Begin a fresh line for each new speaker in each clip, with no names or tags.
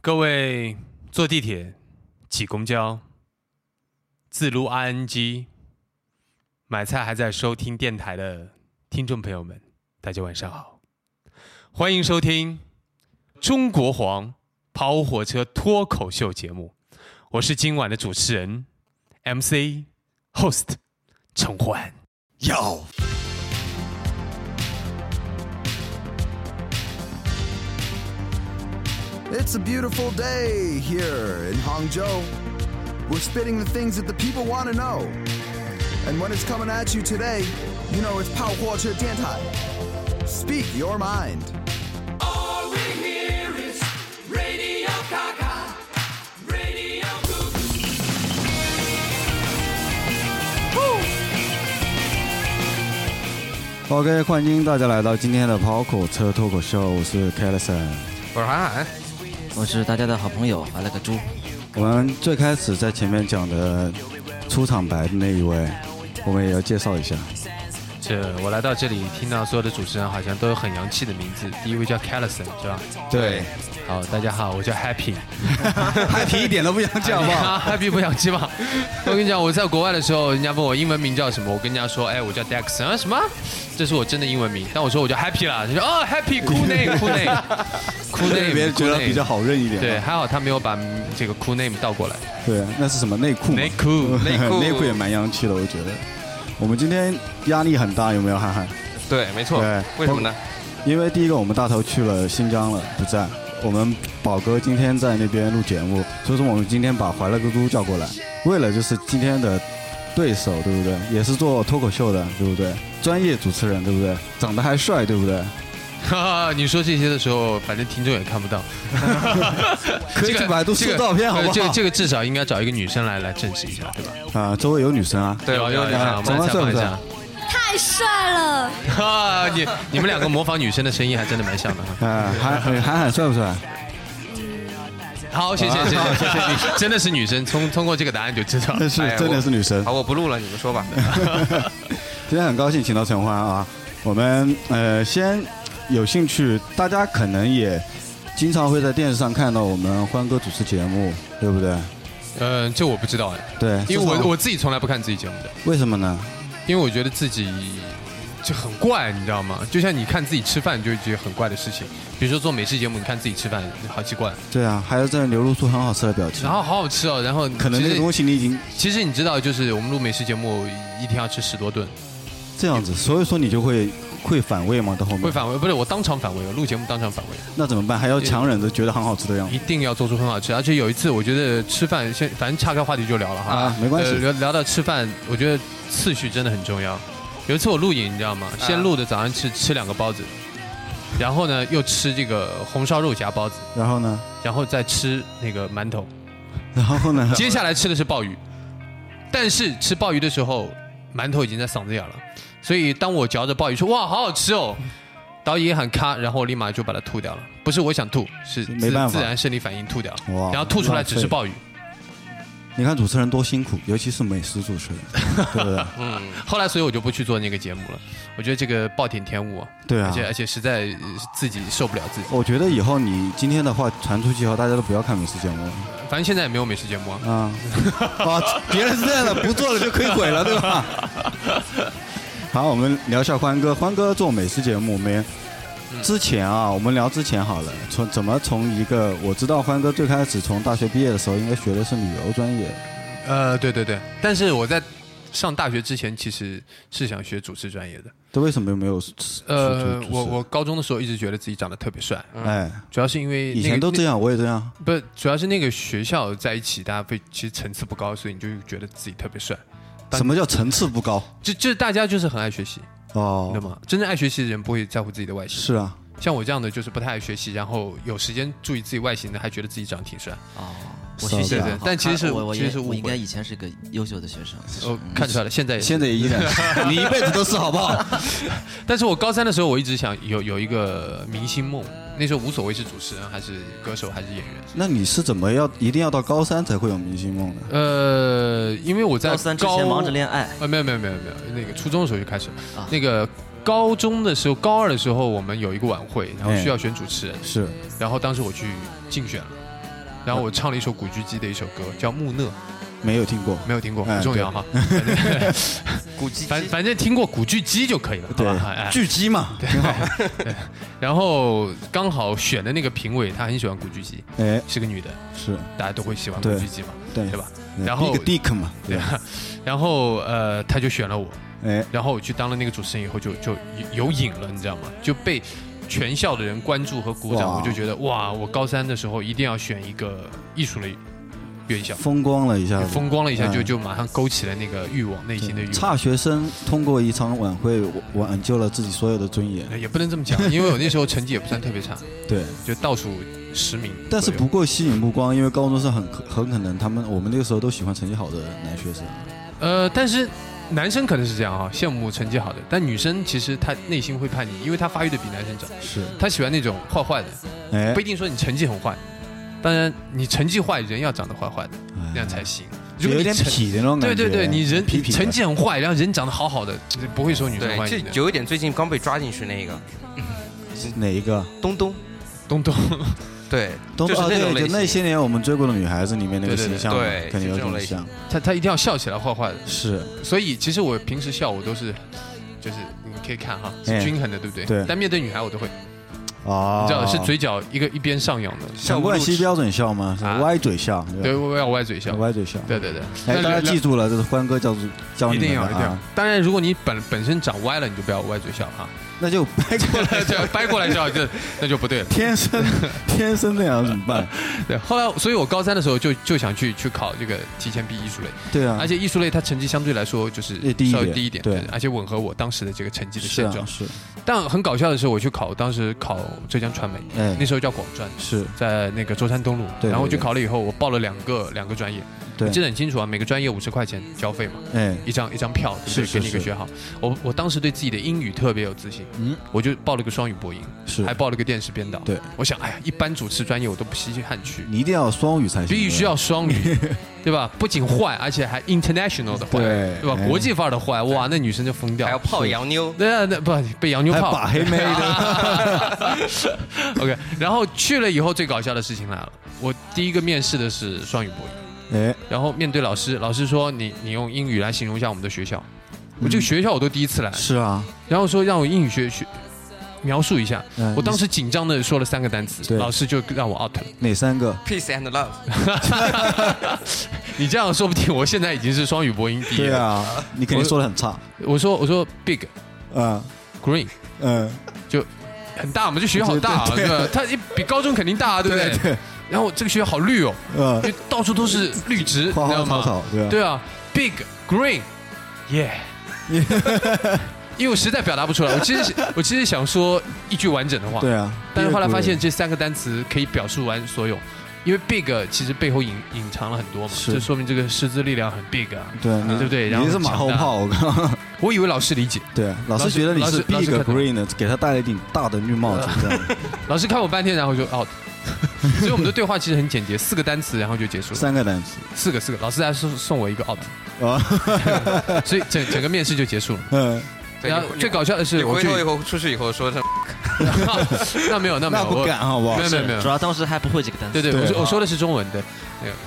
各位坐地铁、挤公交、自撸 RNG、买菜还在收听电台的听众朋友们，大家晚上好，欢迎收听《中国黄跑火车脱口秀》节目，我是今晚的主持人 MC Host 陈欢。
有，
It's a beautiful day here in Hangzhou. We're spitting the things that the people want to know. And when it's coming at you today, you know it's Pao Huo Che Dian Tai. Speak your mind.
All we hear is Radio Gaga, Radio Goo.
OK，欢迎大家来到今天的跑火车脱口秀，我是 Callison。
我是韩寒，
我是大家的好朋友，完了个猪。
我们最开始在前面讲的出场白的那一位，我们也要介绍一下。
这我来到这里，听到所有的主持人好像都有很洋气的名字，第一位叫 Callison 是吧？
对，
好，大家好，我叫 Happy。
还皮一点都不想 讲 吧？
h a p p y 不想吃吧？我跟你讲，我在国外的时候，人家问我英文名叫什么，我跟人家说，哎，我叫 Dex 啊，什么？这是我真的英文名，但我说我叫 Happy 啦，他说哦，Happy cool name cool name cool
这
name，
边觉得
cool name
比较。好认一点。
对，还好他没有把这个 cool name 倒过来。
对，那是什么内裤嘛？
内裤
内裤
内裤也蛮洋气的，我觉得。我们今天压力很大，有没有，憨憨？
对，没错
对，
为什么呢？
因为第一个，我们大头去了新疆了，不在。我们宝哥今天在那边录节目，所以说我们今天把怀了个猪叫过来，为了就是今天的对手，对不对？也是做脱口秀的，对不对？专业主持人，对不对？长得还帅，对不对？
哈 哈，你说这些的时候，反正听众也看不到。
可以去百度搜照片，好不好？
这个这个至少应该找一个女生来来证实一下，对吧？
啊，周围有女生啊，
对，
有
我
有
要
女生啊，
怎么
帮一下帮一
算
下。
太帅了！
哈， 你你们两个模仿女生的声音还真的蛮像的哈。
啊，韩韩寒帅不 帅？
好，谢谢谢谢谢谢你， 真的是女生，通通过这个答案就知 道了。
是
哎
真的
我
是女生
好，。我不录了，你们说吧。
今天很高兴请到陈欢啊，我们呃先有兴趣，大家可能也经常会在电视上看到我们欢哥主持节目，对不对？
呃，这我不知道 哎，
对，
因为
至少
我我自己从来不看自己节目的，
为什么呢？
因为我觉得自己就很怪，你知道吗？就像你看自己吃饭，你就会觉得很怪的事情。比如说做美食节目，你看自己吃饭，好奇怪，
对啊，还有这流露出很好吃的表情
然。后好好吃哦，然后
可能那
其
个
实
东西你已经
其实你知道，就是我们录美食节目一天要吃十多顿，
这样子，所以说你就会会反胃嘛，到后面
会反胃，不是我当场反胃，我录节目当场反胃。
那怎么办？还要强忍着觉得很好吃的样子。
一定要做出很好吃。而且有一次，我觉得吃饭先，反正岔开话题就聊了哈，
啊没关系
呃聊聊到吃饭，我觉得次序真的很重要。有一次我录影，你知道吗？
啊
先录的早上吃吃两个包子，然后呢又吃这个红烧肉夹包子，
然后呢？
然后再吃那个馒 头，
然后呢？
接下来吃的是鲍鱼。但是吃鲍鱼的时候，馒头已经在嗓子眼了，所以当我嚼着鲍鱼说“哇，好好吃哦”，导演一喊“咔”，然后我立马就把它吐掉了。不是我想吐，是
没办法
自自然生理反应吐掉了。
哇
然后吐出来只是鲍鱼，
你看主持人多辛苦，尤其是美食主持人， 对不对？
后来所以我就不去做那个节目了。我觉得这个暴殄天物啊，
对
而
啊。
且而且实在呃自己受不了自己。
我觉得以后你今天的话传出去以后，大家都不要看美食节目了。
反正现在也没有美食节目啊。
啊， 啊，别人是这样的，不做了就可以毁了，对吧？好，我们聊一下欢哥。欢哥做美食节目，我们
嗯
之前啊，我们聊之前好了，从怎么从一个我知道欢哥最开始从大学毕业的时候，应该学的是旅游专业，
呃，对对对，但是我在上大学之前其实是想学主持专业的。
这为什么没有主持？
呃
主，持
我我高中的时候一直觉得自己长得特别帅，
哎，
主要是因呃为、那个、
以前都这样，我也这样。
不，主要是那个学校在一起，大家会其实层次不高，所以你就觉得自己特别帅。当
什么叫层次不高？
就就大家就是很爱学习，你知
哦
道，吗？真正爱学习的人不会在乎自己的外形，
是啊，
像我这样的就是不太爱学习，然后有时间注意自己外形的，还觉得自己长得挺帅。
哦，我学习
对
得
对
很好
但其实是
我我
其实是误会呃
我应该以前是个优秀的学生。
我哦看出来了，现在也是
现在也依然是， 你一辈子都是好不好？
但是我高三的时候，我一直想有有一个明星梦，那时候无所谓是主持人还是歌手还是演员。
那你是怎么要一定要到高三才会有明星梦呢？
呃，因为我在
高三之前忙着恋爱，
啊，没有没有没有没有，那个初中的时候就开始了。
啊
那个高中的时候，高二
哎
的时候，我们有一个晚会，然后需要选主持人，
是
然后当时我去竞选了，
然后我唱了一首古巨基的一首歌，叫《木讷》，
没有听过。
没有听过，
哎
不重要哈。
古迹
反反正听过古巨基就可以了，好
对
吧？哎，哎
巨基嘛，挺好。
然后刚好选的那个评委，她很喜欢古巨基，
哎，
是个女的，
是
大家都会喜欢古
对
巨基嘛，
对
对吧？然后
Big Dick 嘛，对
对
吧？
啊，然后呃，她就选了我，
哎，
然后我去当了那个主持人以后就，就有有瘾了，你知道吗？就被全校的人关注和鼓掌，
哇
我就觉得哇，我高三的时候一定要选一个艺术类院校，
风光了一下子，
风光了一下就
嗯
就马上勾起了那个欲望，内心的欲望。
差学生通过一场晚会挽救了自己所有的尊严，
哎也不能这么讲，因为我那时候成绩也不算特别差，
对。
就倒数十名左右。
但是不够吸引目光，因为高中生很可很可能他们我们那个时候都喜欢成绩好的男学生，
呃，但是男生可能是这样啊，羡慕成绩好的，但女生其实她内心会叛逆，因为她发育的比男生早，
是，
她喜欢那种坏坏的，
哎
不一，定说你成绩很坏，当然你成绩坏，人要长得坏坏的，那样才
哎
行。如果
有
你
点
成
痞的那种感
对
觉，
对对，你人
痞痞的
成绩很坏，然后人长得好好的，不会受女生
对，
欢
这
迎的。
有一点最近刚被抓进去那个
哪一个？
东东，
东 东，
对，
东
就是
啊，
那种
对，
类
就那些
型。
年我们追过的女孩子里面那
对
个
对对
形象嘛，
对
肯定有
就这种
种
类型
像，
他他一定要笑起来坏坏的。
是
所以其实我平时笑我都是，就是你可以看哈，是
哎
均衡的，对不对？
对哦
但面对女孩我都会，你
啊，
知道是嘴角一个一边上扬的，
陈冠希标准笑吗？是
啊
歪嘴笑，
对，
吧
我要歪嘴笑。
歪嘴笑，
对对对，
哎，
那
大家
两
记住了，这是欢哥教教
一
你们
定
的
要一定要
啊，。
当然，如果你本本身长歪了，你就不要歪嘴笑 啊。
那就掰过 来，
对，掰过来笑就那就不对了。
天生天生那样怎么办？
对，后来，所以我高三的时候就就想去去考这个提前毕艺术类，
对啊，
而且艺术类它成绩相对来说就是
也低一
稍微
点
低一点，
对
而且吻合我当时的这个成绩的
是
现
啊
状。
是，
但很搞笑的是，我去考，当时考浙江传媒，
哎
那时候叫广专，
是
在那个舟山东路，
对对
然后我去
对
考了以后，我报了两个两个专业，
对
我记得很清楚啊，每个专业五十块钱交费嘛，
哎
一张一张票，对不对
是是
给你一个
是
学号。我我当时对自己的英语特别有自信，
嗯
我就报了个双语播音，
是
还，报了个电视编导。
对，
我想，哎呀，一般主持专业我都不稀罕去，
你一定要双语才行，
必须要双 语，对吧？不仅坏，而且还 international 的坏，
对
对吧？
哎
国际范儿的坏，哇，那女生就疯掉
还要
了。
泡洋妞，
对啊，那不被洋妞
还
泡
把黑妹的，
OK，然后去了以后，最搞笑的事情来了。我第一个面试的是双语播音，
哎，
然后面对老师，老师说你你用英语来形容一下我们的学校。
嗯
我这个学校我都第一次来，
是啊，
然后说让我英语学学描述一下。
嗯
我当时紧张的说了三个单词，
对
老师就让我 out 了。
哪三个？
peace and love，
你这样说不定我现在已经是双语播音毕业
对
了。
啊，你肯定说的很差，
我说我说 big
嗯
green
嗯，
很大嘛，这学校好大啊，
对对
对吧？它一比高中肯定大啊，对不对？
对，
然后这个学校好绿哦，
嗯
就，到处都是绿植，你知
花花
道
草
吗？
草，对吧？
对啊，big green，yeah，因为我实在表达不出来，我其实我其实想说一句完整的话，
对啊，
但是后来发现
第
这三个单词可以表述完所有，因为 big 其实背后隐隐藏了很多嘛，
是
这说明这个师资力量很 big 啊，
二个人，对
对不对？然后
你你是
很
马
强
后
大
炮，我靠！
我以为老师理解，
对，老师
老师
觉得你
老
是
师
big
老师看到呃
green 的，给他戴了一顶大的绿帽子，这样
老师看我半天，然后就 out。所以我们的对话其实很简洁，四个单词，然后就结束了。
三个单词
四个四个，老师还送送我一个 out，
啊，
所以整整个面试就结束了。
嗯，
对
然后最搞笑的
你
是，我
回
去
头以后出去以后说这，
那没有那没
那
有，
不
我
敢好不好
没？有没有没有
主，要当时还不会这个单词。
对对，
对
我说
啊
我说的是中文，对，那个。啊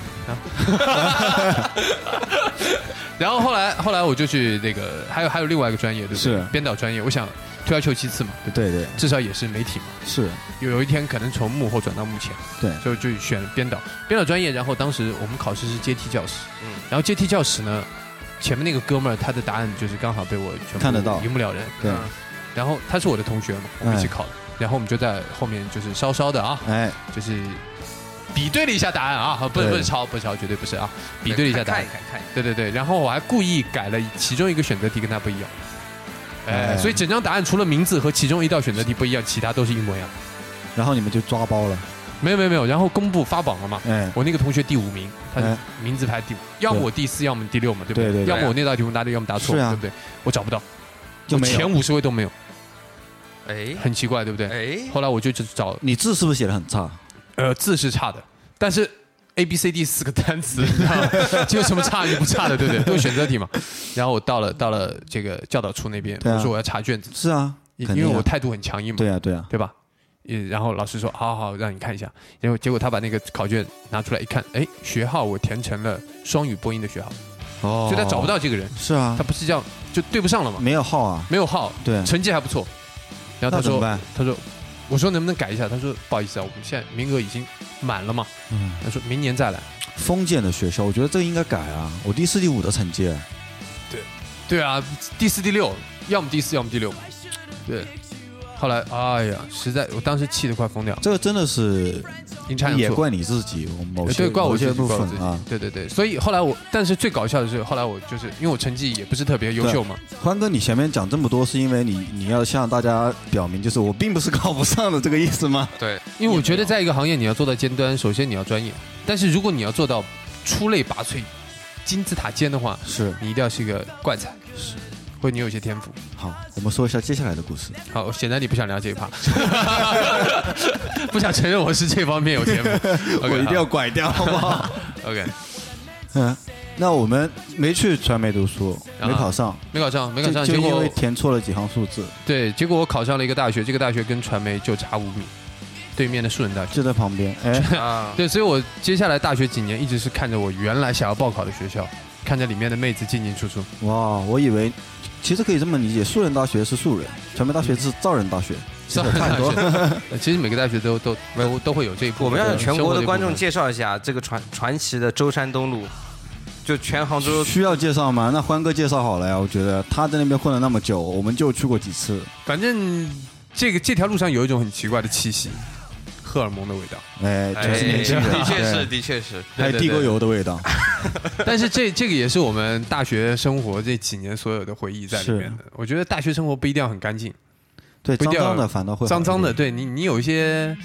然后后来后来我就去那个，还有还有另外一个专业，对不对？
是嗯
编导专业。我想退而求其次嘛，对不对？
对对
至少也是媒体嘛，
是，
有有一天可能从幕后转到幕前，
对
所以我就选了编导编导专业。然后当时我们考试是阶梯教室，
嗯
然后阶梯教室呢，前面那个哥们儿他的答案就是刚好被我全部
看得到哎
一目了然。
对，
嗯
然后他是我的同学嘛，我们一起考的，然后我们就在后面就是稍稍的啊，
哎，
就是比对了一下答案啊，不是
对
不是抄，不是抄，绝对不是啊，比对了一下答案
看一，看看一看，
对对对，然后我还故意改了其中一个选择题跟他不一样，哎，
哎
所以整张答案除了名字和其中一道选择题不一样，其他都是一模一样。
然后你们就抓包了，
没有没有没有，然后公布发榜了嘛，
哎，
我那个同学第五名，他是
哎
名字排第五，要么我第四，要么第六嘛，对不
对对对
要么我那道题目答对，要么答错，
是啊
对不对？我找不到，
就
我
没有
前五十位都没有，
哎
很奇怪，对不对？
哎，
后来我就去找
你字是不是写的很差？
呃，字是差的，但是 A B C D 四个单词， 你知道吗这有什么差与不差的，对不对？都是选择题嘛。然后我到了到了这个教导处那边，
对啊
我说我要查卷子，
是啊，
因
肯
因为
定啊
我态度很强硬嘛，
对啊对啊，
对吧也然后老师说好好好让你看一下，结果结果他把那个考卷拿出来一看，哎，学号我填成了双语播音的学号，
哦
所以他找不。到这个人，
是啊
他，不是这样就对不上了嘛，
没有号啊。
没有号，
对，
成绩还不错，然后
那
他
怎么
说
办？
他说我说能不能改一下，他说不好意思啊，我们现在名额已经满了嘛，
嗯，
他说明年再来，
封建的学校，我觉得这个应该改啊。我第四、第五的成绩，
对啊，第四、第六，要么第四，要么第六。对，后来哎呀，实在我当时气得快疯掉，
这个真的是
阴差阳错
也怪你自己，我某
呃
些
对怪我
某
自
些
己，
部
怪我
分
自己
啊。
对对对，所以后来我，但是最搞笑的是，后来我就是因为我成绩也不是特别优秀嘛，
欢哥，你前面讲这么多，是因为你你要向大家表明，就是我并不是考不上的这个意思吗？
对，
因为我觉得在一个行业你要做到尖端，首先你要专业，但是如果你要做到出类拔萃、金字塔尖的话，
是，
你一定要 是一个怪才，是，或者你有一些天赋。
好，我们说一下接下来的故事。
好，显然你不想聊这一趴， 不想承认我是这方面有天赋。OK，
我一定要
好
拐掉， 好 不好？
OK，
嗯，那我们没去传媒读书，
啊
没考上，
没搞上，没
就
搞上，
就
结
因
果
为填错了几行数字，
对，结果我考上了一个大学，这个大学跟传媒就差五米，对面的树人大学。
就在旁边。 哎，
啊，
对，所以我接下来大学几年一直是看着我原来想要报考的学校，看着里面的妹子进进出出。
哇，我以为其实可以这么理解，素人大学是素人，传媒大学是造人大学，
上
这个
大
太多。
学， 呃其实每个大学都都都都会有这一部分。
我们让全国的观众
见。
介绍一下这个传传奇的舟山东路，就全杭州
需要介 绍吗？那欢哥介绍好了呀，我觉得他在那边混了那么久，我们就去过几次。
反正这个这条路上有一种很奇怪的气息，荷尔蒙的味道。
哎，全是年轻人，
的确是，
对，
的确是，
还有地沟油的味道。
但是这这个也是我们大学生活这几年所有的回忆在里面的。我觉得大学生活不一定要很干净。
对，
不一
脏
定要
脏的反倒会好一
脏
点
脏的，。对你，你有一些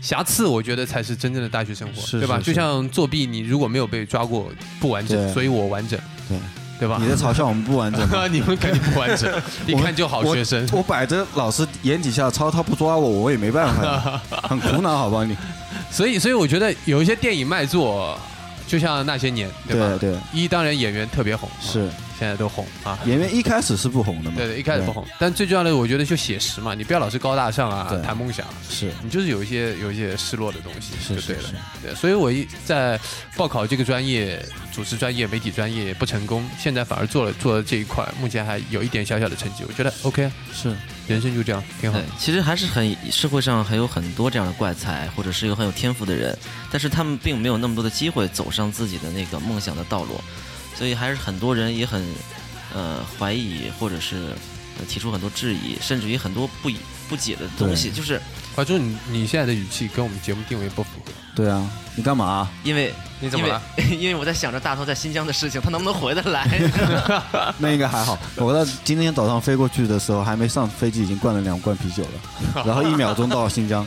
瑕疵，我觉得才是真正的大学生活，
是
对吧？
是是
就像作弊，你如果没有被抓过，不完整，
对
所以我完整，
对
对吧
你？在嘲笑我们不完整吗？
你们肯定不完整， 一看就 好学生。
我我摆着老师眼底下抄，他不抓我，我也没办 法呀，很苦恼，好吧你？
所以，所以我觉得有一些电影卖座，就像那些年，对吧？
对对，
一当然演员特别红，
是
现在都红啊。
演员一开始是不红的嘛？
对对，一开始不红，但最重要的，我觉得就写实嘛，你不要老是高大上啊
对，
谈梦想啊，
对，是
你就是有一些有一些失落的东西，
是
就是对了
是。
对，所以我一在报考这个专业，主持专业、媒体专业不成功，现在反而做了做了这一块，目前还有一点小小的成绩，我觉得 OK，啊
是，
人生就这样，挺好
对。，其实还是很社会上还有很多这样的怪才，或者是有很有天赋的人，但是他们并没有那么多的机会走上自己的那个梦想的道路，所以还是很多人也很呃怀疑，或者是、呃提出很多质疑，甚至于很多不以不解的东西，
对
就是
华柱，你你现在的语气跟我们节目定位不符合。
对啊，你干嘛啊？
因为
你怎么了？
因为 因为我在想着大头在新疆的事情，他能不能回得 来？
哎
那应该还好。我到今天早上飞过去的时候，还没上飞机，已经灌了两罐啤酒 了，然后一秒钟到新疆。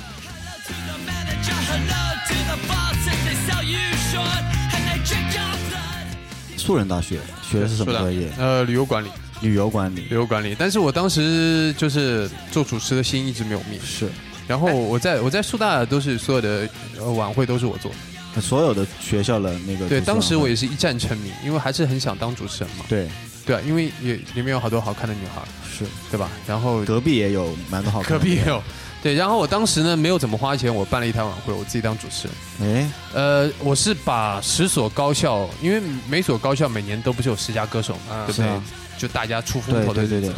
素人大学学的是什么专业？
呃，旅游管理，
旅游管理
旅。游管理。但是我当时就是做主持的心一直没有灭。
是，
然
哎
后我在我在树大都是所有的呃晚会都是我做。
所有的学校的那个。
对，当时我也。是一战成名，因为还是很想当主持人嘛。
对，
对啊，因为也里面有好多好看的女孩，
是
对吧？然后
隔壁也有蛮多好看
可
的。
必有。对，然后我当时呢没有怎么花钱，我办了一台晚会，我自己当主持人。
哎，
呃，我是把十所高校，因为每所高校每年都不是有十佳歌手嘛，对不
是
对
啊？
就大家出风
对
头的
对对
日
对
子，，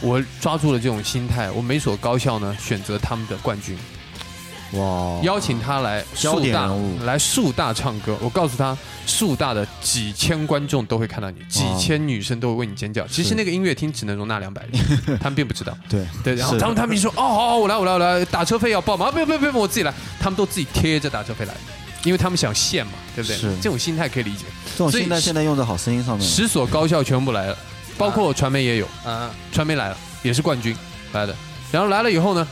我抓住了这种心态，我每所高校呢选择他们的冠军，
哇，
邀请他来
焦
树
点
大
人物
来树大唱歌。我告诉他，树大的几千观众都会看到你，几千女生都会为你尖叫。其实
是
那个音乐厅只能容纳两百 人，他们并不知道。
对
对，然后
是
他们他们一说哦，好好，我来我来我来，打车费要报吗？啊不用不用不用，我自己来。他们都自己贴着打车费来，因为他们想现嘛，对不对？
是嗯
这种心态可以理解。
这种心态现在用在好声音上面。
十所高校全部来了，包括传媒也有，
嗯，
传媒来了也是冠军来的。然后来了以后呢，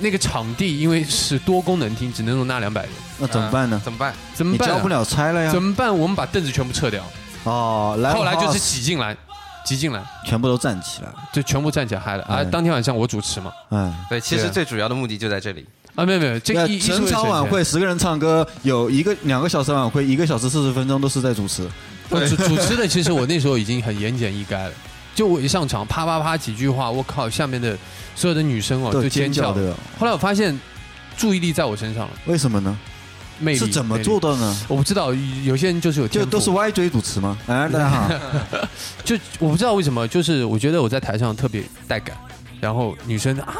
那个场地因为是多功能厅，只能容纳两百人，
那怎么办呢？
嗯怎么办？
啊怎么
你
办、
交
啊
不？了差了呀
怎。么办？我们把凳子全部撤掉，
哦，来，
后来就是挤进来，挤进来
全部都站起来。
就全部站起来嗨了。啊，
嗯
当天晚上我主持嘛，
哎，
对，其
对
实
啊
最主要的目的就在这里。
啊，没有没有，这
那
一
整场晚，会十个人唱歌，有一个两个小时晚会，一个小时四十分钟都是在主持。
一术是最前我主主持的，其实我那时候已经很言简意赅了。就我一上场，啪啪啪几句话，我靠，下面的所有的女生哦
都
就尖
尖叫
叫。
的，
后来我发现，注意力在我身上了，
为什么呢？
魅力
是怎么
魅力
做到呢？
我不知道，有些人就是有
就
天赋
都是歪嘴主持 吗？哎，大家好，
就我不知道为什么，就是我觉得我在台上特别带感，然后女生啊，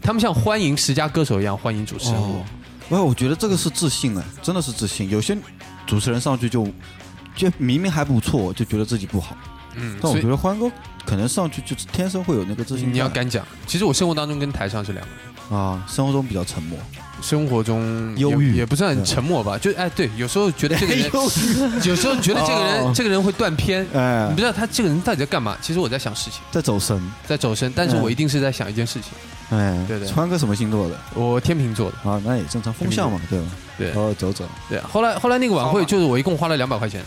他们像欢迎十佳歌手一样欢迎主持人我。
哦，哇，我觉得这个是自信哎，真的是自信。有些主持人上去就就明明还不错，就觉得自己不好。
嗯，
但我
所以
觉得欢哥可能上去就是天生会有那个自信在。
你要敢讲，其实我生活当中跟台上是两个人，
啊，生活中比较沉 默，
生活中也
忧郁
也不是很
对
沉默吧，就哎对，有时候觉得这个人，
郁，
有时候觉得这个人、
哦
这个人会断片，你
哎
不，知道他这个人到底在干嘛。其实我在想事情，
在走神，
在走神，但是
嗯
我一定是在想一件事情。
哎，
对对
川哥什么星座的
我天秤座的，
啊？那也正常，风向嘛，对吧？
对
偶尔走走，
对。啊后来后来那个晚会就是我一共花了两百块钱，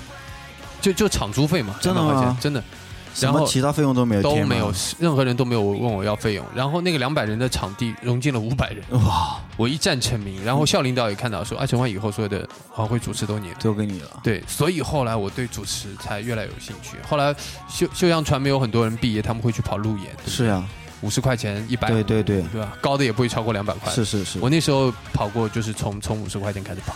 就就场租费嘛，
真的
200块钱
吗
真的。哎
什
然后
么其他费用都没有，
都
填吗
没有，任何人都没有问我要费用。然后那个两百人的场地容进了五百人，
哇，
我一战成名。然后校领导也看到说，啊，陈欢以后所有的晚会主持都你了。
丢给你了。
对，所以后来我对主持才越来越有兴趣。后来秀秀阳传媒有很多人毕业，他们会去跑路演，
是啊呀，
五十块钱一百，
对对对，
对吧？高的也不会超过两百块。
是是是
我，那时候跑过，就是从从五十块钱开始跑。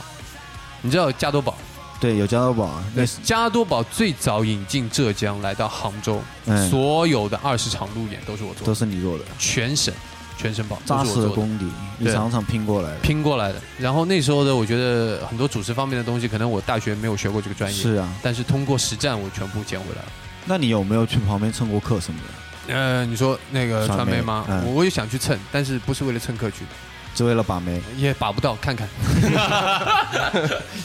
你知道加多宝？
对，有加多宝，啊那
对
是，
加多宝最早引进浙江，来到杭州，
嗯，
所有的二十场路演都是我做的
都。是你做的，
全省全省榜，
扎
都
实
是我
的
做的
功底，一
对
场场拼过来的。
拼过来的。然后那时候的，我觉得很多主持方面的东西，可能我大学没有学过这个专业，
是啊，
但是通过实战，我全部捡回来了。
那你有没有去旁边蹭过课什么的？
呃，你说那个
传
传媒
媒
吗？
嗯
我我也想去蹭，但是不是为了蹭客群，
只为了把妹？
也把不到，看看。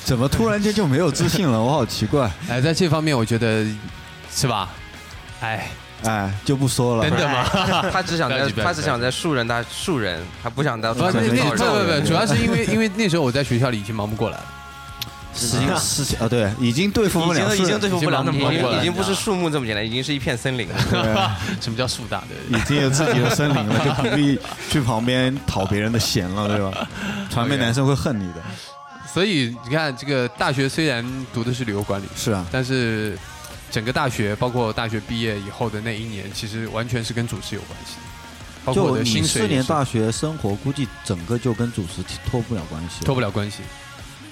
怎么突然间就没有自信了？我好奇怪。
哎，在这方面，我觉得是吧？哎，
哎，就不哎说了。
等等吧。
他只想
不要
在
急不要急
他只想在树人当树人，他不想当
不，那
传
那
媒
不
道
不
人
不，
对
主要是 因为因为那时候我在学校里已经忙不过来了，
事情事情啊，对，已经对付不
已
了
经
事，
已经对付不了那么多
已经忙不过来
人，
了
已经不是树木这么简单，已经是一片森林了。
对
什么叫树大？对不对
已经有自己的森林了，就不必去旁边讨别人的嫌了，对 吧？传媒男生会恨你的。
所以你看，这个大学虽然读的是旅游管理，
是啊，
但是整个大学，包括大学毕业以后的那一年，其实完全是跟主持有关系的，包括我
就
的
你
薪水
四
也
年
是
大学生活，估计整个就跟主持脱不了关系。
脱不了关系。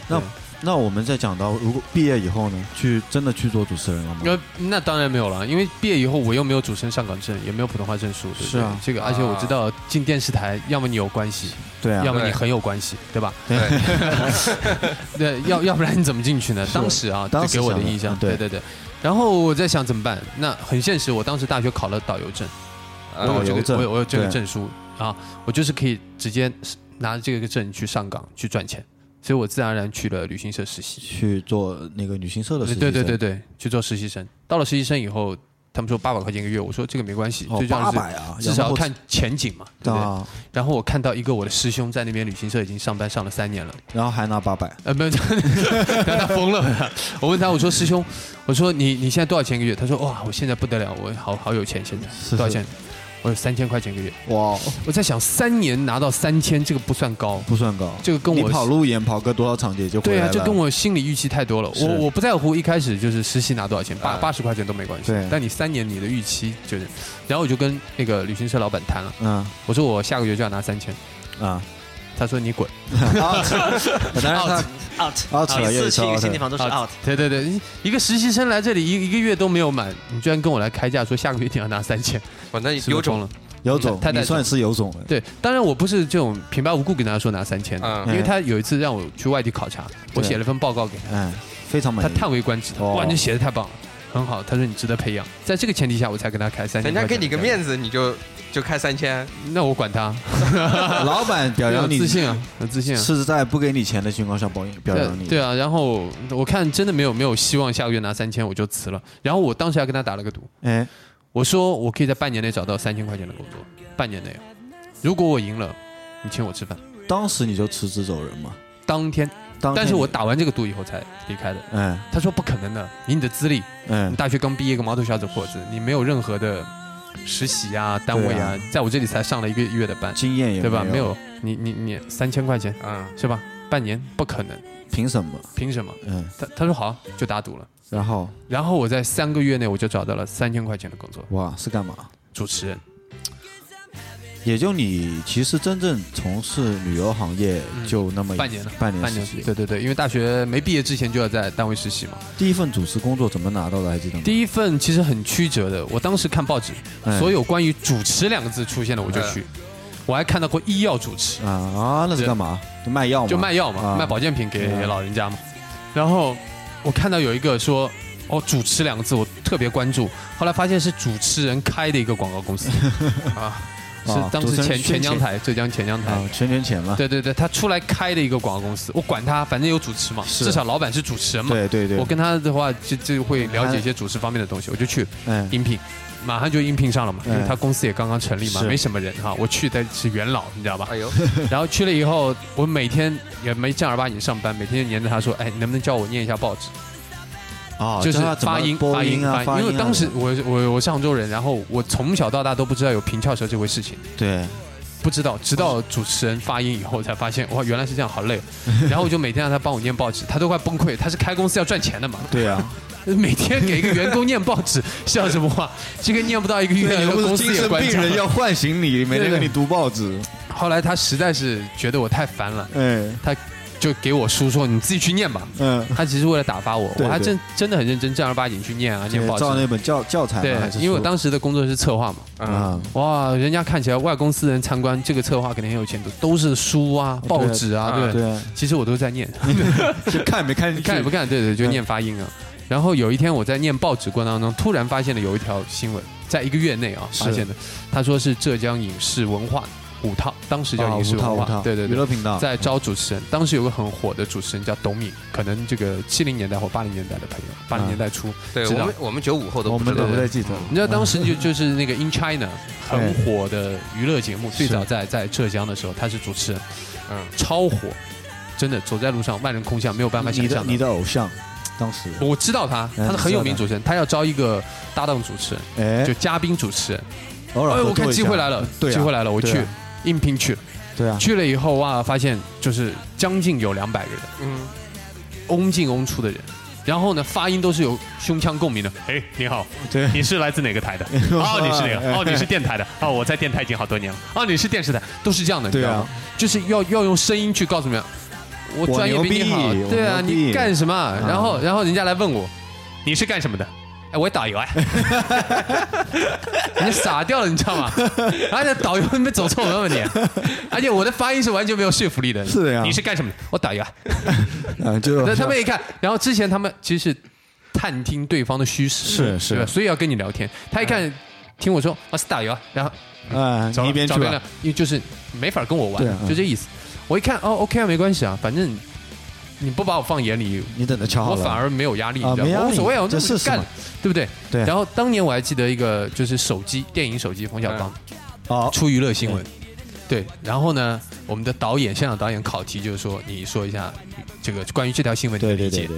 那
对
那我们再讲到，如果毕业以后呢，去真的去做主持人了吗？
那那当然没有了，因为毕业以后我又没有主持人上岗证，也没有普通话证书，对不对
是啊
这个而且我知道进电视台，要么你有关系，
对啊
要，么你
对
很有关系，对吧？
对
对，要要不然你怎么进去呢？
是
当时啊，
当
就
时
给我的
想的
印象
嗯，对
对对对。然后我在想怎么办？那很现实，我当时大学考了导游证。
啊
嗯
导
我有
游
这个，
证
我有我有这个
对
证书啊，我就是可以直接拿着这个证去上岗去赚钱，所以我自然而然去了旅行社实习。
去做那个女性社的事
对
情。
对对对对，去做实习生。到了实习生以后，他们说八百块钱一个月，我说这个没关系，
哦
最，重
八
要是
百啊，
至少要看前景嘛，对不对？
啊，
然后我看到一个我的师兄在那边旅行社已经上班上了三年了，
然后还拿八百，
呃，没有， 他疯了。 我问他，我说师兄，我说你你现在多少钱一个月？他说哇，我现在不得了，我好好有钱，现在
是
多少
是
钱？我有三千块钱一个月。
哇，
我在想，三年拿到三千，这个不算高，
不算高。
这个跟
你
我
跑路演跑个多少场也就回
对
来
啊，
了。
这跟我心理预期太多了。
是哎
我我不在乎一开始就是实习拿多少钱，八
啊
八十块钱都没关系
对。
但你三年你的预期就是，然后我就跟那个旅行社老板谈了，
嗯
我说我下个月就要拿三千，
啊，
他说你滚。
out，当然
哦
他
out
out 了
一
又
次去一个
out
新
了，
地方都是
out
out，
对对对，一个实习生来这里一一个月都没有满，你居然跟我来开价说下个月你要拿三 千，
反正
是不
有
是疯
种，
了。
有种，
太太
你算是有种了。
对，当然我不是这种平白无故跟他说拿三千的，
嗯
因为他有一次让我去外地考察，我
对
写了份报告给他。
哎，非常满
他
意。
叹为观止，
哦
哇，你写的太棒了，很好。他说你值得培养，在这个前提下，我才跟他开三千。
人家给你个面
子，
子，你就就开三千，
那我管他，
老板表
有
扬你
自信啊，有自信啊。
是在不给你钱的情况下表表扬
对
你。
对啊，然后我看真的没有没有希望下个月拿三千，我就辞了。然后我当时还跟他打了个赌，
哎，
我说我可以在半年内找到三千块钱的工作，半年内，啊如果我赢了，你请我吃饭。
当时你就辞职走人嘛？
当天，
当天
但是我
你
打完这个赌以后才离开的。
哎
他说不可能的，以你的资历，
哎
你，大学刚毕业一个毛头小小伙子，你没有任何的实习啊、单位啊，
对
在我这里才上了一个月的班，
经验也
对吧？
没
没，有，你你你三千块钱
嗯，
是吧？半年不可能，
凭什么？
凭什么？
嗯，
他他说好，就打赌了。
然后
然后我在三个月内我就找到了三千块钱的工作，
哇是干嘛？
主持人。
也就你其实真正从事旅游行业
嗯
就那么一
半年了
半年
半年
时间。
对对对，因为大学没毕业之前就要在单位实习嘛。
第一份主持工作怎么拿到的？还记得吗？
第一份其实很曲折的，我当时看报纸，
嗯
所有关于主持两个字出现的我就去，
哎
我还看到过医药主持，
啊啊，那是干嘛？就卖药吗？
就卖药
啊
嘛，卖保健品给
嗯
老人家嘛。然后我看到有一个说。哦，主持两个字我特别关注，后来发现是主持人开的一个广告公司啊，是
啊
当
主
时
持人
前
宣
前江
传
台浙江前江台
啊，圈圈钱嘛。
对对对，他出来开的一个广告公司，我管他，反正有主持嘛，
是
至少老板是主持人嘛。
对对对，
我跟他的话就就会了解一些主持方面的东西，我就去
嗯
应聘，马上就应聘上了嘛，因为他公司也刚刚成立嘛，
哎是嗯
没什么人哈，我去的是元老，你知道吧？
哎呦，
然后去了以后，我每天也没正儿八经上班，每天就黏着他说，哎，你能不能教我念一下报纸？
啊，
就是
教他怎么
发音
播音啊，
发
发
音，
音
因为
啊
当时我我我上周人，然后我从小到大都不知道有平翘舌这回事情。
对
不知道，直到主持人发音以后才发现，哇，原来是这样，好 累哦。然后我就每天让他帮我念报纸，他都快崩溃。他是开公司要赚钱的嘛，
对啊，
每天给一个员工念报纸，像什么话？这个念不到一个月，
又
公
不是
司
精
也
神
关
病
掉
人
了。
要唤醒你，每天
对对
给你读报纸，
后来他实在是觉得我太烦了，
哎
就给我书说你自己去念 吧。
嗯，
他其实为了打发我，
对
我还
对
真真的很认真，正儿八经去念啊，念报
照那
纸。
本教教材
对
吗？还是，
因为我
书
当时的工作是策划嘛，
嗯，
啊，
哇，人家看起来外公司人参观这个策划肯定很有前途，都是书啊、
对
报纸啊，对不对？
对啊，
其实我都在念，
就 看没看进
你
去，
看也不看，对对，就
嗯
念发音啊。然后有一天我在念报纸过程当中，突然发现了有一条新闻，在一个月内啊
是
发现的，他说是浙江影视文化五套，当时
啊
叫影视
五套
文
五
化，
套
对对
娱乐
对，
频道
在招主持人。当时有个很火的主持人叫董敏，可能这个七零年代或八零年代的朋友，八零年代初，
对
知
我
道
们我们九五后都
嗯我
不知
们
道
都不太记得，
你知道当时
啊
就就是那个 In China 很火的娱乐节目，最
是
早在在浙江的时候，他是主持人，
嗯，
超火，真的走在路上万人空巷，没有办法想
你的
象
你的偶像，当时
我知道他，
嗯
他是很有名主持人，他要招一个搭档主持人，
哎
就，嘉宾主持人。
偶尔
哎，
合
我
作
看
一
机
下
会来了，
对啊，
机会来了，我
对啊
去应聘去了。
对啊，
去了以后哇，发现就是将近有两百个人，
嗯，
翁进翁出的人。然后呢，发音都是有胸腔共鸣的。哎，你好，
对
你是来自哪个台的？哦，你是哪 个？哦，你是电台的。哦，我在电台已经好多年了。哦，你是电视台，都是这样的，你知
对
道
啊
吗？，就是要要用声音去告诉你们，我
我
专业
牛
比你好
逼，我
对啊，
牛逼
你干什么？然后然后人家来问我，你是干什么的？哎，我 导游哎，你傻掉了，你知道吗？而且导游你们走错门 了你，而且我的发音是完全没有说服力的。
是的呀
你是啊干什么的？我导游啊。
嗯， 就
那他们一看，然后之前他们其实是探听对方的虚实，
是是
对吧所以要跟你聊天。他一看，听我说我是导游啊，然后
哎，
找
你一边
找
去
别
吧
人，，因为就是没法跟我玩
对啊，嗯
就这意思。我一看，哦，OK 啊，没关系啊，反正你不把我放眼里，
你等着瞧好
我
了，
反而没有压力，
啊
你知道
没压
吗？
力
我无所谓啊，我
就
这
试试
干
嘛，
对不对？
对
然后当年我还记得一个，就是手机电影手机，冯小刚
哦，
出娱乐新闻，对。然后呢，我们的导演现场导演考题就是说，你说一下这个关于这条新闻的
对
理
对对
解。
对，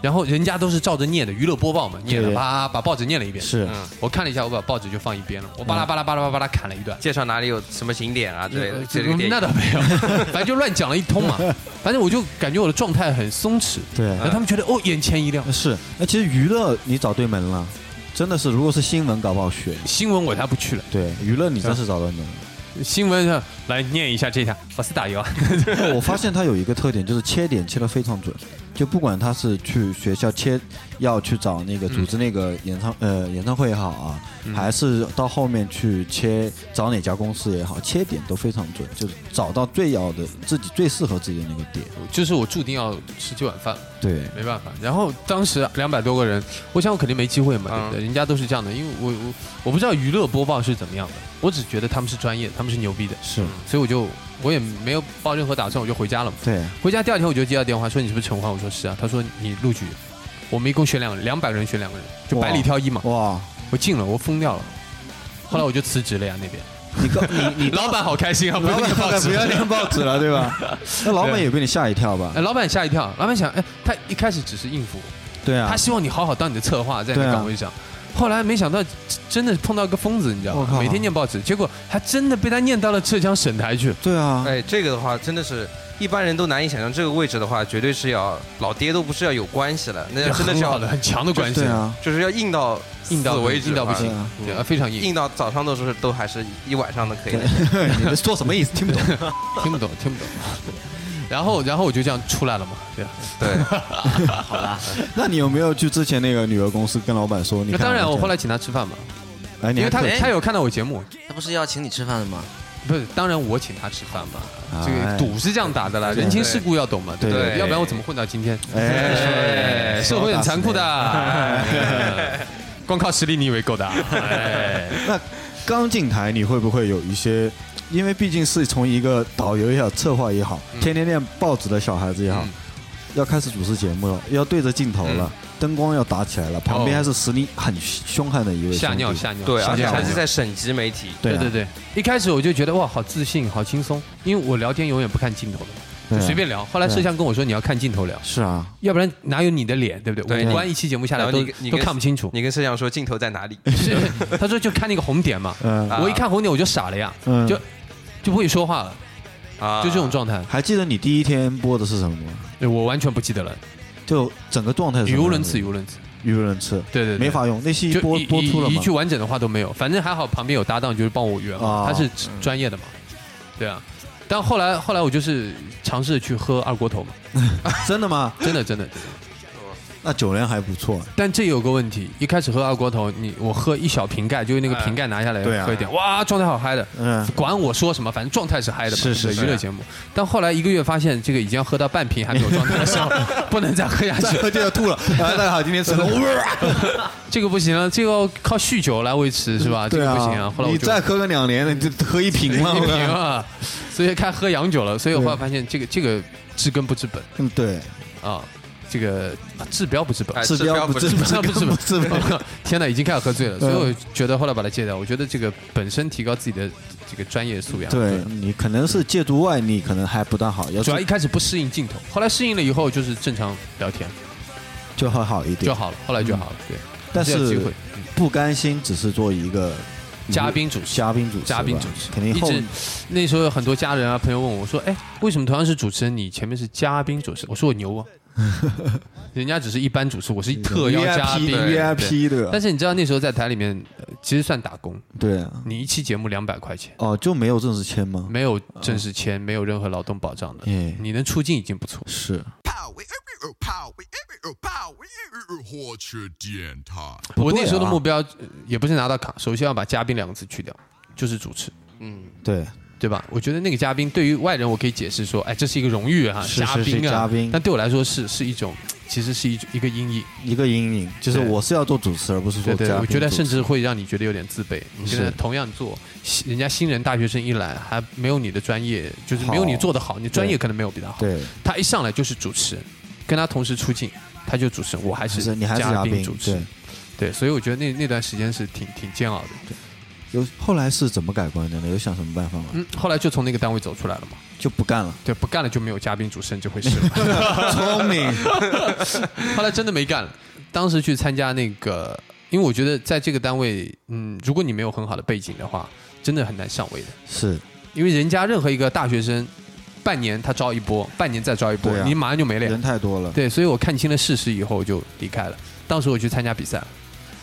然后人家都是照着念的娱乐播报嘛，念
对
了
对
啪把报纸念了一遍。
是嗯
我看了一下，我把报纸就放一边了，我巴拉巴拉巴拉巴拉砍了一段。
介绍哪里有什么景点啊之类的，这
这
个电
那
影
倒没有， 反正就乱讲了一通嘛。反正我就感觉我的状态很松弛，
对哎
然后他们觉得哦，眼前一亮。
是，那其实娱乐你找对门了，真的是，如果是新闻搞不好学。
新闻我才不去了，
对，娱乐你真
啊
是找到你
新闻上来念一下这条，我是打油啊，
了。 我发现它有一个特点，就是切点切的非常准，就不管他是去学校切，要去找那个组织那个演唱、呃演唱会也好啊，还是到后面去切找哪家公司也好，切点都非常准，就是找到最要的自己最适合自己的那个点。
就是我注定要吃这碗饭，
对，
没办法。然后当时两百多个人，我想我肯定没机会嘛，对不对？人家都是这样的，因为我我我不知道娱乐播报是怎么样的，我只觉得他们是专业，他们是牛逼的，
是，
所以我就我也没有抱任何打算，我就回家了嘛。
对，
回家第二天我就接到电话，说你是不是陈欢？我说是啊。他说你录取，我们一共选两两百个人选两个人，就百里挑一嘛。
哇，
我进了，我疯掉了。后来我就辞职了呀，那边
你告你你
老板好开心啊，不
老
用
板
念报纸
不要念报纸了， 对呃吧？那老板也被你吓一跳吧
哎，？老板吓一跳，老板想，哎，他一开始只是应付我，
对啊
他，希望你好好当你的策划，在你
对
的
啊
岗位上。后来没想到，真真的碰到一个疯子，你知道
我
吗？
靠
每天念报纸，结果还真的被他念到了浙江省台去。
对啊，
哎，这个的话真的是一般人都难以想象这个位置的话，绝对是要老爹都不是要有关系了，那哎真的是
很好
要
的很强的关系
对，啊，
就是要硬到
硬到
死
不
为止
硬到不
吧
行
对啊，
对啊，非常硬，
硬到早上都是都还是一晚上都可以的。
你们说什么意思？听不懂。
听不懂，听不懂。 然后，然后我就这样出来了嘛，对啊。
对，
好吧，
那你有没有去之前那个女儿公司跟老板说？你
那
看
当然，我
这
后来请他吃饭嘛，
哎，你
因为
还
他
可以
他有看到我节目，
他不是要请你吃饭的吗？
不是，当然我请他吃饭嘛，这
哎
个赌是这样打的啦，人情世故要懂嘛，对不对？
对
要不然我怎么混到今天？
哎
哎，社会很残酷的，
哎
哎 光靠实力你以为够的啊？哎，
那刚进台，你会不会有一些？因为毕竟是从一个导游也好，策划也好，天天练报纸的小孩子也好
嗯，
要开始主持节目了，要对着镜头了，灯光要打起来了，旁边还是实力很凶悍的一位
哦吓尿
兄弟
吓尿，
对，
吓
而且
尿
还是在省级媒体，
对啊
对对对，一开始我就觉得哇，好自信，好轻松，因为我聊天永远不看镜头的，
对啊
就随便聊。后来
对啊
摄像跟我说你要看镜头聊，
是啊，
要不然哪有你的脸，对不对？
对
五官一期节目下来
然后
都
你跟你
都
跟
看不清楚。
你跟摄像说镜头在哪里？
是， 他说就看那个红点嘛，
嗯
啊
我一看红点我就傻了呀，
嗯，
就就不会说话了，
啊，
就这种状态。
还记得你第一天播的是什么吗？
我完全不记得了，
就整个状态是什
语
么
无
样
伦
子
次，语，无伦次。
语无伦次，
对对对，
没法用。那期
就
播
一
播出了
一一
吗
句？完整的话都没有。反正还好，旁边有搭档就是帮我圆嘛
啊，
他是专业的嘛，对啊。但后来后来我就是尝试去喝二锅头嘛，
真的吗？
真的真的。真的
那酒量还不 错，
但这有个问题，一开始喝二锅头，你我喝一小瓶盖，就是那个瓶盖拿下来
对啊
喝一点，哇，状态好嗨的。
嗯，
管我说什么，反正状态是嗨的嘛，
是是
对
是
娱乐节目。但后来一个月发现，这个已经要喝到半瓶还没有状态的时候，不能再喝下
再
去，
喝就要 吐了。啊，大家好，今天吃了，
这个不行了，这个要靠酗酒来维持是吧？这
对
个
啊，
不行啊。后来我
你
就
再喝个两年，你就喝一瓶 了。
一
我
瓶
看
啊，所以开始喝洋酒了。所以我后来发现，这个这个治根不治本
嗯，对，
啊，这个啊治标不治本
哎。
治标不治
治
本，
标不治
更
本
不 治本。
天哪，已经开始喝醉了，所以
啊
我觉得后来把它戒掉。我觉得这个本身提高自己的这个专业素养，
对你可能是戒毒外，你可能还不大好，要
主要
是
一开始不适应镜头，后来适应了以后就是正常聊天
就会好一
就
点。
好了，后来就好了。对，
嗯但
还有机
是
会嗯
不甘心，只是做一个
嘉宾主持
嘉宾主持吧，
嘉宾主持
肯定
一
后
直那时候有很多家人啊朋友问我说：“哎，为什么同样是主持人，你前面是嘉宾主持？”我说：“我 牛啊，人家只是一般主持，我是特邀嘉宾。对”
VIP 的，
但是你知道那时候在台里面，呃其实算打工，
对啊，
你一期节目两百块钱，
哦，就没有正式签吗？
没嗯有正式签，没有任何劳动保障的，
哎
你能出镜已经不错。
是，
火车电台。
我那时候的
对啊
目标呃也不是拿到卡，首先要把嘉宾两个字去掉，就是主持。
嗯，
对，
对吧？我觉得那个嘉宾对于外人，我可以解释说，哎，这是一个荣誉啊，
是是
嘉宾
是
啊。
嘉宾
但对我来说是是一种，其实是一种一个阴影。
一个阴影，就是
对
我是要做主持，而不是做
对
嘉
对，
宾。
我觉得甚至会让你觉得有点自卑。你现在
是
同样做，新人家新人大学生一来，还没有你的专业，就是没有你
好
做得好，你专业可能没有比他好。
对，
他一上来就是主持人，跟他同时出镜，他就主持人，我还
就是是你还是嘉
宾
宾
主持
对。，
对，所以我觉得那那段时间是挺挺煎熬的。
有后来是怎么改观的呢？有想什么办法吗？
嗯，后来就从那个单位走出来了嘛。
就不 干了。
对，不干了就没有嘉宾主持人这回事 了。
聪明，
后来真的没干了。当时去参加那个，因为我觉得在这个单位，嗯，如果你没有很好的背景的话，真的很难上位的。
是
因为人家任何一个大学生，半年他招一波，半年再招一波，
对啊
你马上就没了呀
人。太多了，
对，所以我看清了事实以后我就离开了。当时我去参加比赛，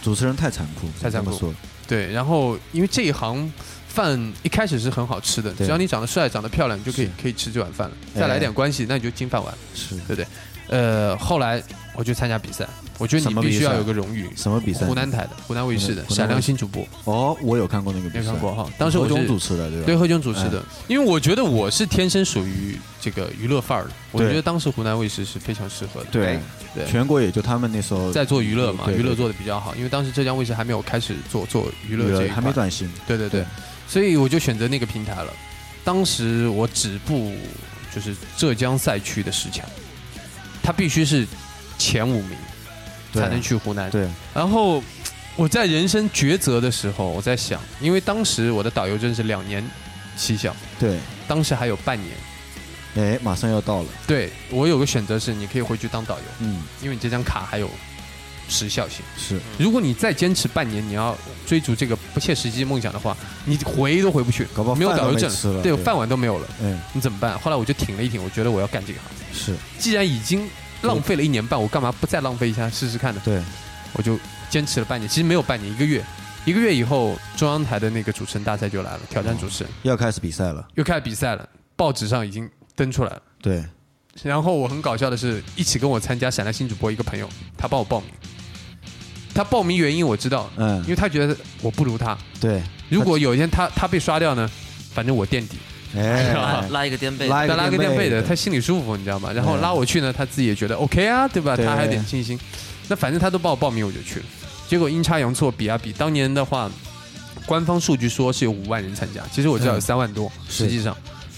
主持人太残酷，
太残酷
这么说
对，然后因为这一行饭一开始是很好吃的，
对哎
只要你长得帅、长得漂亮，你就可以可以吃这碗饭了。再来点关系，那你就金饭碗。
是
呃，后来我去参加比赛，我觉得
什
你
么
必须
比赛
要有个荣誉。
什么比赛？
湖南台的，湖南卫视的
湖南卫视
闪亮新主播，
哦，我有看过那个比
没
赛，
看过哈。当时我
何炅
是
主持的，对嗯吧？
对贺军主持的，因为我觉得我是天生属于这个娱乐范儿的，我
对
觉得当时湖南卫视是非常适合的，
对
对
全国也就他们那时候
在做娱乐嘛，
对对
娱乐
对
做的比较好，因为当时浙江卫视还没有开始做做娱
娱
乐这一
还没
块，
转型，
对对对
对，
所以我就选择那个平台了。当时我止步就是浙江赛区的十强，他必须是前五名
对
才能去湖南
对，
然后我在人生抉择的时候，我在想，因为当时我的导游证是两年期效，
对，
当时还有半年。
哎，马上要到了，
对我有个选择是，你可以回去当导游，
嗯，
因为你这张卡还有时效性。
是
如果你再坚持半年，你要追逐这个不切实际梦想的话，你回都回不去，
搞不好
没有
饭
导
都
游
没
证
吃了
对，
对
饭碗都没有了，
嗯，
你怎么办？后来我就挺了一挺，我觉得我要干这个行。
是
既然已经浪费了一年半，我干嘛不再浪费一下试试看呢？
对，
我就坚持了半年，其实没有半年，一个月。一个月以后，中央台的那个主持人大赛就来了，挑战主持人、
要开始比赛了，
又开始比赛了，报纸上已经登出来了。
对，
然后我很搞笑的是，一起跟我参加闪亮新主播一个朋友，他帮我报名。他报名原因我知道，
嗯
因为他觉得我不如他。
对，
如果有一天他他被刷掉呢，反正我垫底，
拉
哎，
拉一个颠背，
拉
再拉个垫背的，啊
对
他心里舒服，你知道吗？然后
嗯
拉我去呢，他自己也觉得 OK 啊，对吧？
对
他还有点信心。那反正他都帮我报名，我就去了。结果阴差阳错比啊比，当年的话，官方数据说是有五万人参加，其实我知道有
嗯
三万多，
是
实际上，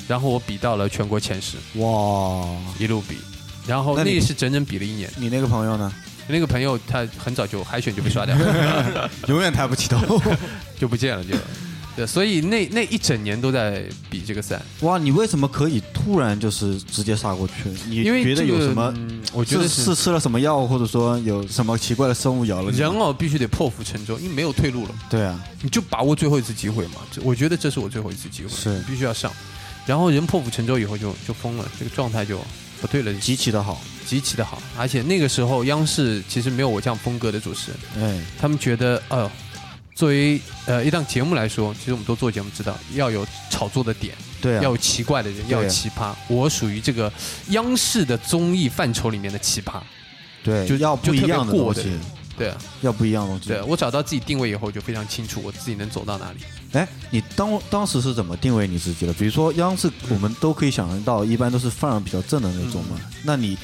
然后我比到了全国前十，
哇，
一路比，然后
那你
那是整整比了一年。
你那个朋友呢？
那个朋友他很早就海选就被刷掉 了，
永远抬 不起头，
就不见了就。对，所以那那一整年都在比这个赛，
哇，你为什么可以突然就是直接杀过去？你
因为
觉得
这
有
个
什么？
嗯我觉得
是是吃了什么药，或者说有什么奇怪的生物咬了你？
人哦，必须得破釜沉舟，因为没有退路了，
对啊，
你就把握最后一次机会嘛。这我觉得这是我最后一次机会，
是
你必须要上。然后人破釜沉舟以后就就疯了，这个状态就不对了，极
极其的好，
极其的好。而且那个时候央视其实没有我这样风格的主持人，
哎，
他们觉得呃，作为呃一档节目来说，其实我们都做节目知道要有炒作的点。
对啊，
要有奇怪的人，
对
要有奇葩。我属于这个央视的综艺范畴里面的奇葩。
对，啊
就
要不一
就
样
特别
东
过的
西，
对啊，
要不一样的东西。
对啊，我找到自己定位以后，就非常清楚我自己能走到哪里。
哎，你当当时是怎么定位你自己的？比如说央视，我们都可以想象到，一般都是范儿比较正的那种嘛。
嗯
那你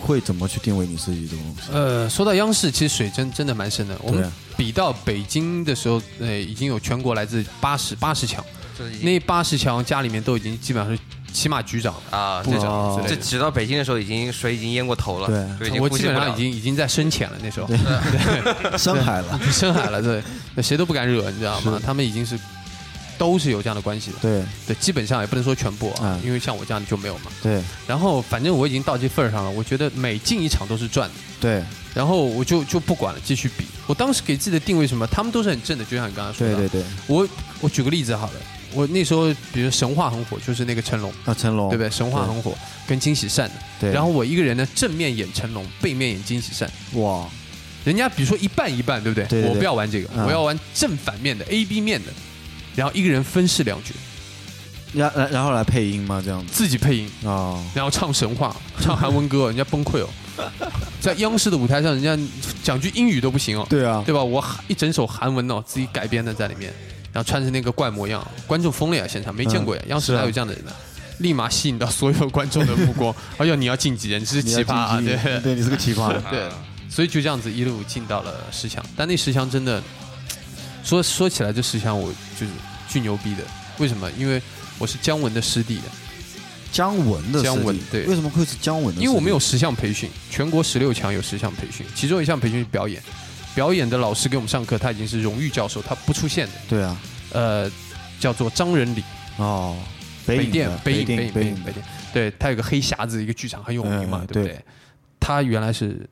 会怎么去定位你自己这种东西？
呃，说到央视，其实水真真的蛮深的。我
对
们
啊
比到北京的时候，呃，已经有全国来自八十八十强，
就是已经
那八十强家里面都已经基本上是起码局长了。
啊，
部
这
长
种
之类
这
的
挤到北京的时候，已经水已经淹过头了，
对
就已经
我
呼
基
吸不
本
了
上已经已经在深潜了，那时候
啊深海了，
深海了，对，那谁都不敢惹，你知道吗？他们已经是都是有这样的关系的，
对
对，基本上也不能说全部啊，
嗯
因为像我这样就没有嘛。
对
然后反正我已经到这份儿上了，我觉得每进一场都是赚的，
对
然后我就就不管了，继续比。我当时给自己的定位是什么，他们都是很正的，就像你刚刚说
对
的。
对对。
我我举个例子好了，我那时候比如神话很火，就是那个成龙，
啊，成龙，
对不对？神话很火，跟金喜善的。
对
然后我一个人呢，正面演成龙，背面演金喜善。
哇，
人家比如说一半一半，对不对？
对对对
我不要玩这个，
嗯
我要玩正反面的 A B 面的，然后一个人分饰两角，
然然然后来配音吗？这样子
自己配音。
啊，
然后唱神 话，唱韩文歌，人家崩溃哦。在央视的舞台上，人家讲句英语都不行哦，
对啊，
对吧？我一整首韩文哦，自己改编的在里面，然后穿成那个怪模样，观众疯了呀！现场没见过呀，
嗯
央视哪有这样的人呢？立马吸引到所有观众的目光。哎呀，你要晋级，你是
你
奇
要
葩啊！
晋级
对
对，你是个奇葩，
啊
对， 所以就这样子一路进到了十强。但那十强真的，说说起来这十强我就是巨牛逼的，为什么？因为我是姜文的师弟，
姜文的
姜
师弟
文对
为什么会是姜嗯文的师弟？
因为我们有十项培训，全国十六强有十项培训，其中一项培训是表演，表演的老师给我们上课，他已经是荣誉教授，他不出现的，
对啊，
呃，叫做张仁礼，
哦，北
北
影
电
的，
北
北
影北
影
影北
影
影北影，对他有个黑匣子一个剧场很有名嘛
嗯，
对不
对
对？他原来是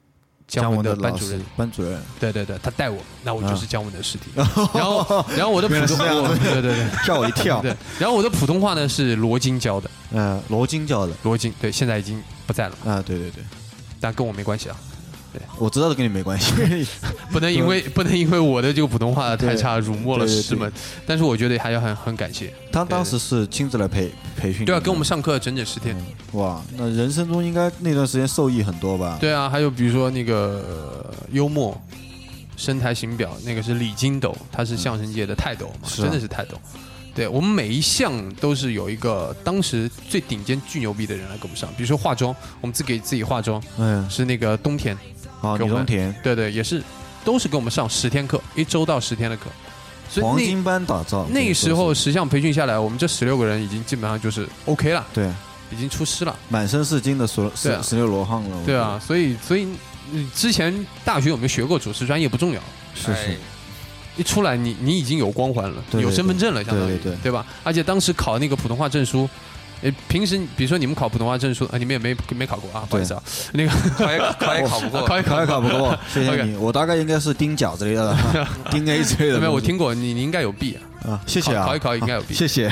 姜
姜
文
文
的
的
班
老
主
师
任，
班主任，
对对对，他带我，那我就是姜文的师 弟。然后然后我的普通
原来是这样
话，
子
对对对
吓我一 跳，
对，然后我的普通话呢是罗京教的，
嗯，罗京教的，
罗京对，现在已经不在了，
啊，对对对，
但跟我没关系啊。
我知道的跟你没 关系，
不能因为不能因为我的这个普通话太差辱没了
嗯对对对
师门，但是我觉得还要很很感谢，
他当时是亲自来培培训你的，
对啊，跟我们上课整整十天，
哇，那人生中应该那段时间受益很多吧？
对啊，还有比如说那个呃幽默。身台形表那个是李金斗，他是相声界的泰斗嘛，
是啊
真的是泰斗。对我们每一项都是有一个当时最顶尖巨牛逼的人来给我们上，比如说化妆，我们自给自己化妆
嗯，
是那个冬田，
哦，
给
李
我们
中田，
对对，也是都是给我们上十天课，一周到十天的课，所以
黄
那
金班打造，可
那
以
个
说
时候
是
十项培训下来，我们这十六个人已经基本上就是 OK 了，
对
已经出师了，
满身是金的十
对
十
啊
十六罗汉了，我
对
觉
啊，
得，
所以所以你之前大学有没有学过主持专业不重要，
是
哎
是，
一出来你你已经有光环了，
对对
有身份证了，相当于
对对对
吧？而且当时考那个普通话证书，呃，平时比如说你们考普通话证书，啊，你们也没没考过啊，不好意思啊，那个
考也考哎也考 不过，
考一
考也考不过，谢谢
OK
你。我大概应该是丁甲之 类的，丁 A 之类的东西。
没有，我听过你，你应该有 B 啊。
啊，谢谢啊，
考考一考应该有
啊
弊
谢谢。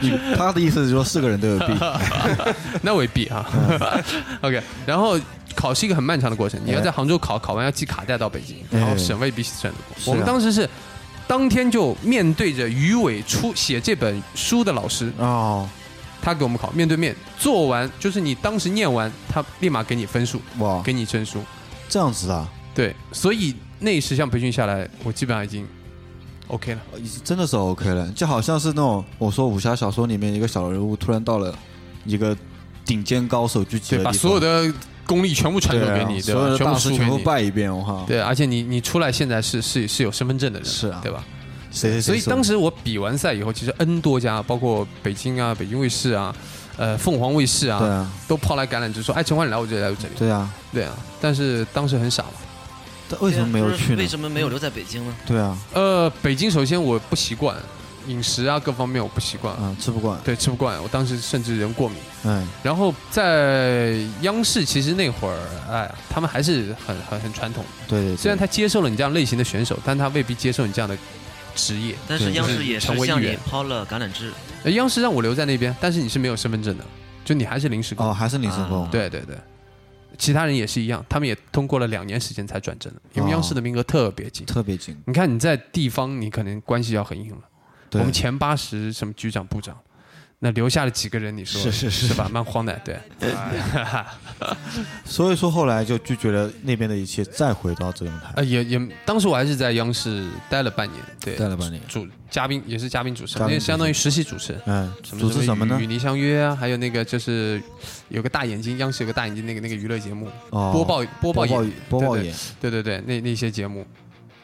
你他的意思是说四个人都有弊，
那未必 啊。OK，然后考是一个很漫长的过程，你要在杭州考，考完要寄卡带到北京，
哎
然后省未必省得过。
是啊
我们当时是当天就面对着于伟出写这本书的老师，
哦，
他给我们考，面对面做完，就是你当时念完，他立马给你分数，
哇，
给你证书。
这样子啊，
对，所以那十项培训下来，我基本上已经 OK 了。
真的是 OK 了，就好像是那种我说武侠小说里面一个小人物突然到了一个顶尖高手聚集
对，
的
把
地
所有
方
的功力全部传
对
授
啊
给你，对
所有
吧？
的
全
大
部
师
输
全
给
部
你。
拜一遍，我靠，
对，而且你你出来现在是是是有身份证的人，
是啊
对吧？
谁谁谁
所以
谁
当时我比完赛以后，其实 N 多家，包括北京啊、北京卫视啊、呃凤凰卫视
对
啊，
啊，
都抛来橄榄枝说：“哎，陈欢，你来我这里，来我这里。
对啊，”
对啊，但是当时很傻嘛。
但为什么没有去呢
啊为？什么没有留在北京呢？
对啊，
呃，北京首先我不习惯饮食啊，各方面我不习惯，
嗯，吃不惯，
对，吃不惯。我当时甚至人过敏。
嗯，
然后在央视，其实那会儿，哎呀，他们还是很很很传统。
对对，
虽然他接受了你这样类型的选手，但他未必接受你这样的职业。
但是
对
央视也是
成为
向
议
你
员
抛了橄榄枝，
呃央视让我留在那边，但是你是没有身份证的，就你还是临时工。
哦还是李成功，
啊
对对对，其他人也是一样，他们也通过了两年时间才转正的，因
哦
为央视的名额特别紧。
特别紧，
你看你在地方，你可能关系要很硬了。我
对
们前八十什么局长、部长，那留下了几个人？你说
是是是
是吧？蛮荒的，对。
所以说后来就拒绝了那边的一切，再回到浙江台
呃，，也也，当时我还是在央视待了半年，对，
待了半年
主嘉宾也是嘉宾主持
嘉
人，因为
宾主持
相当于实习主持人。
嗯，
什么
组织什么呢
与？与？你相约啊，还有那个就是有个大眼睛，央视有个大眼睛那个那个娱乐节目，
哦
播报播报
播
演
报播报
对对
演
对对对，那那些节目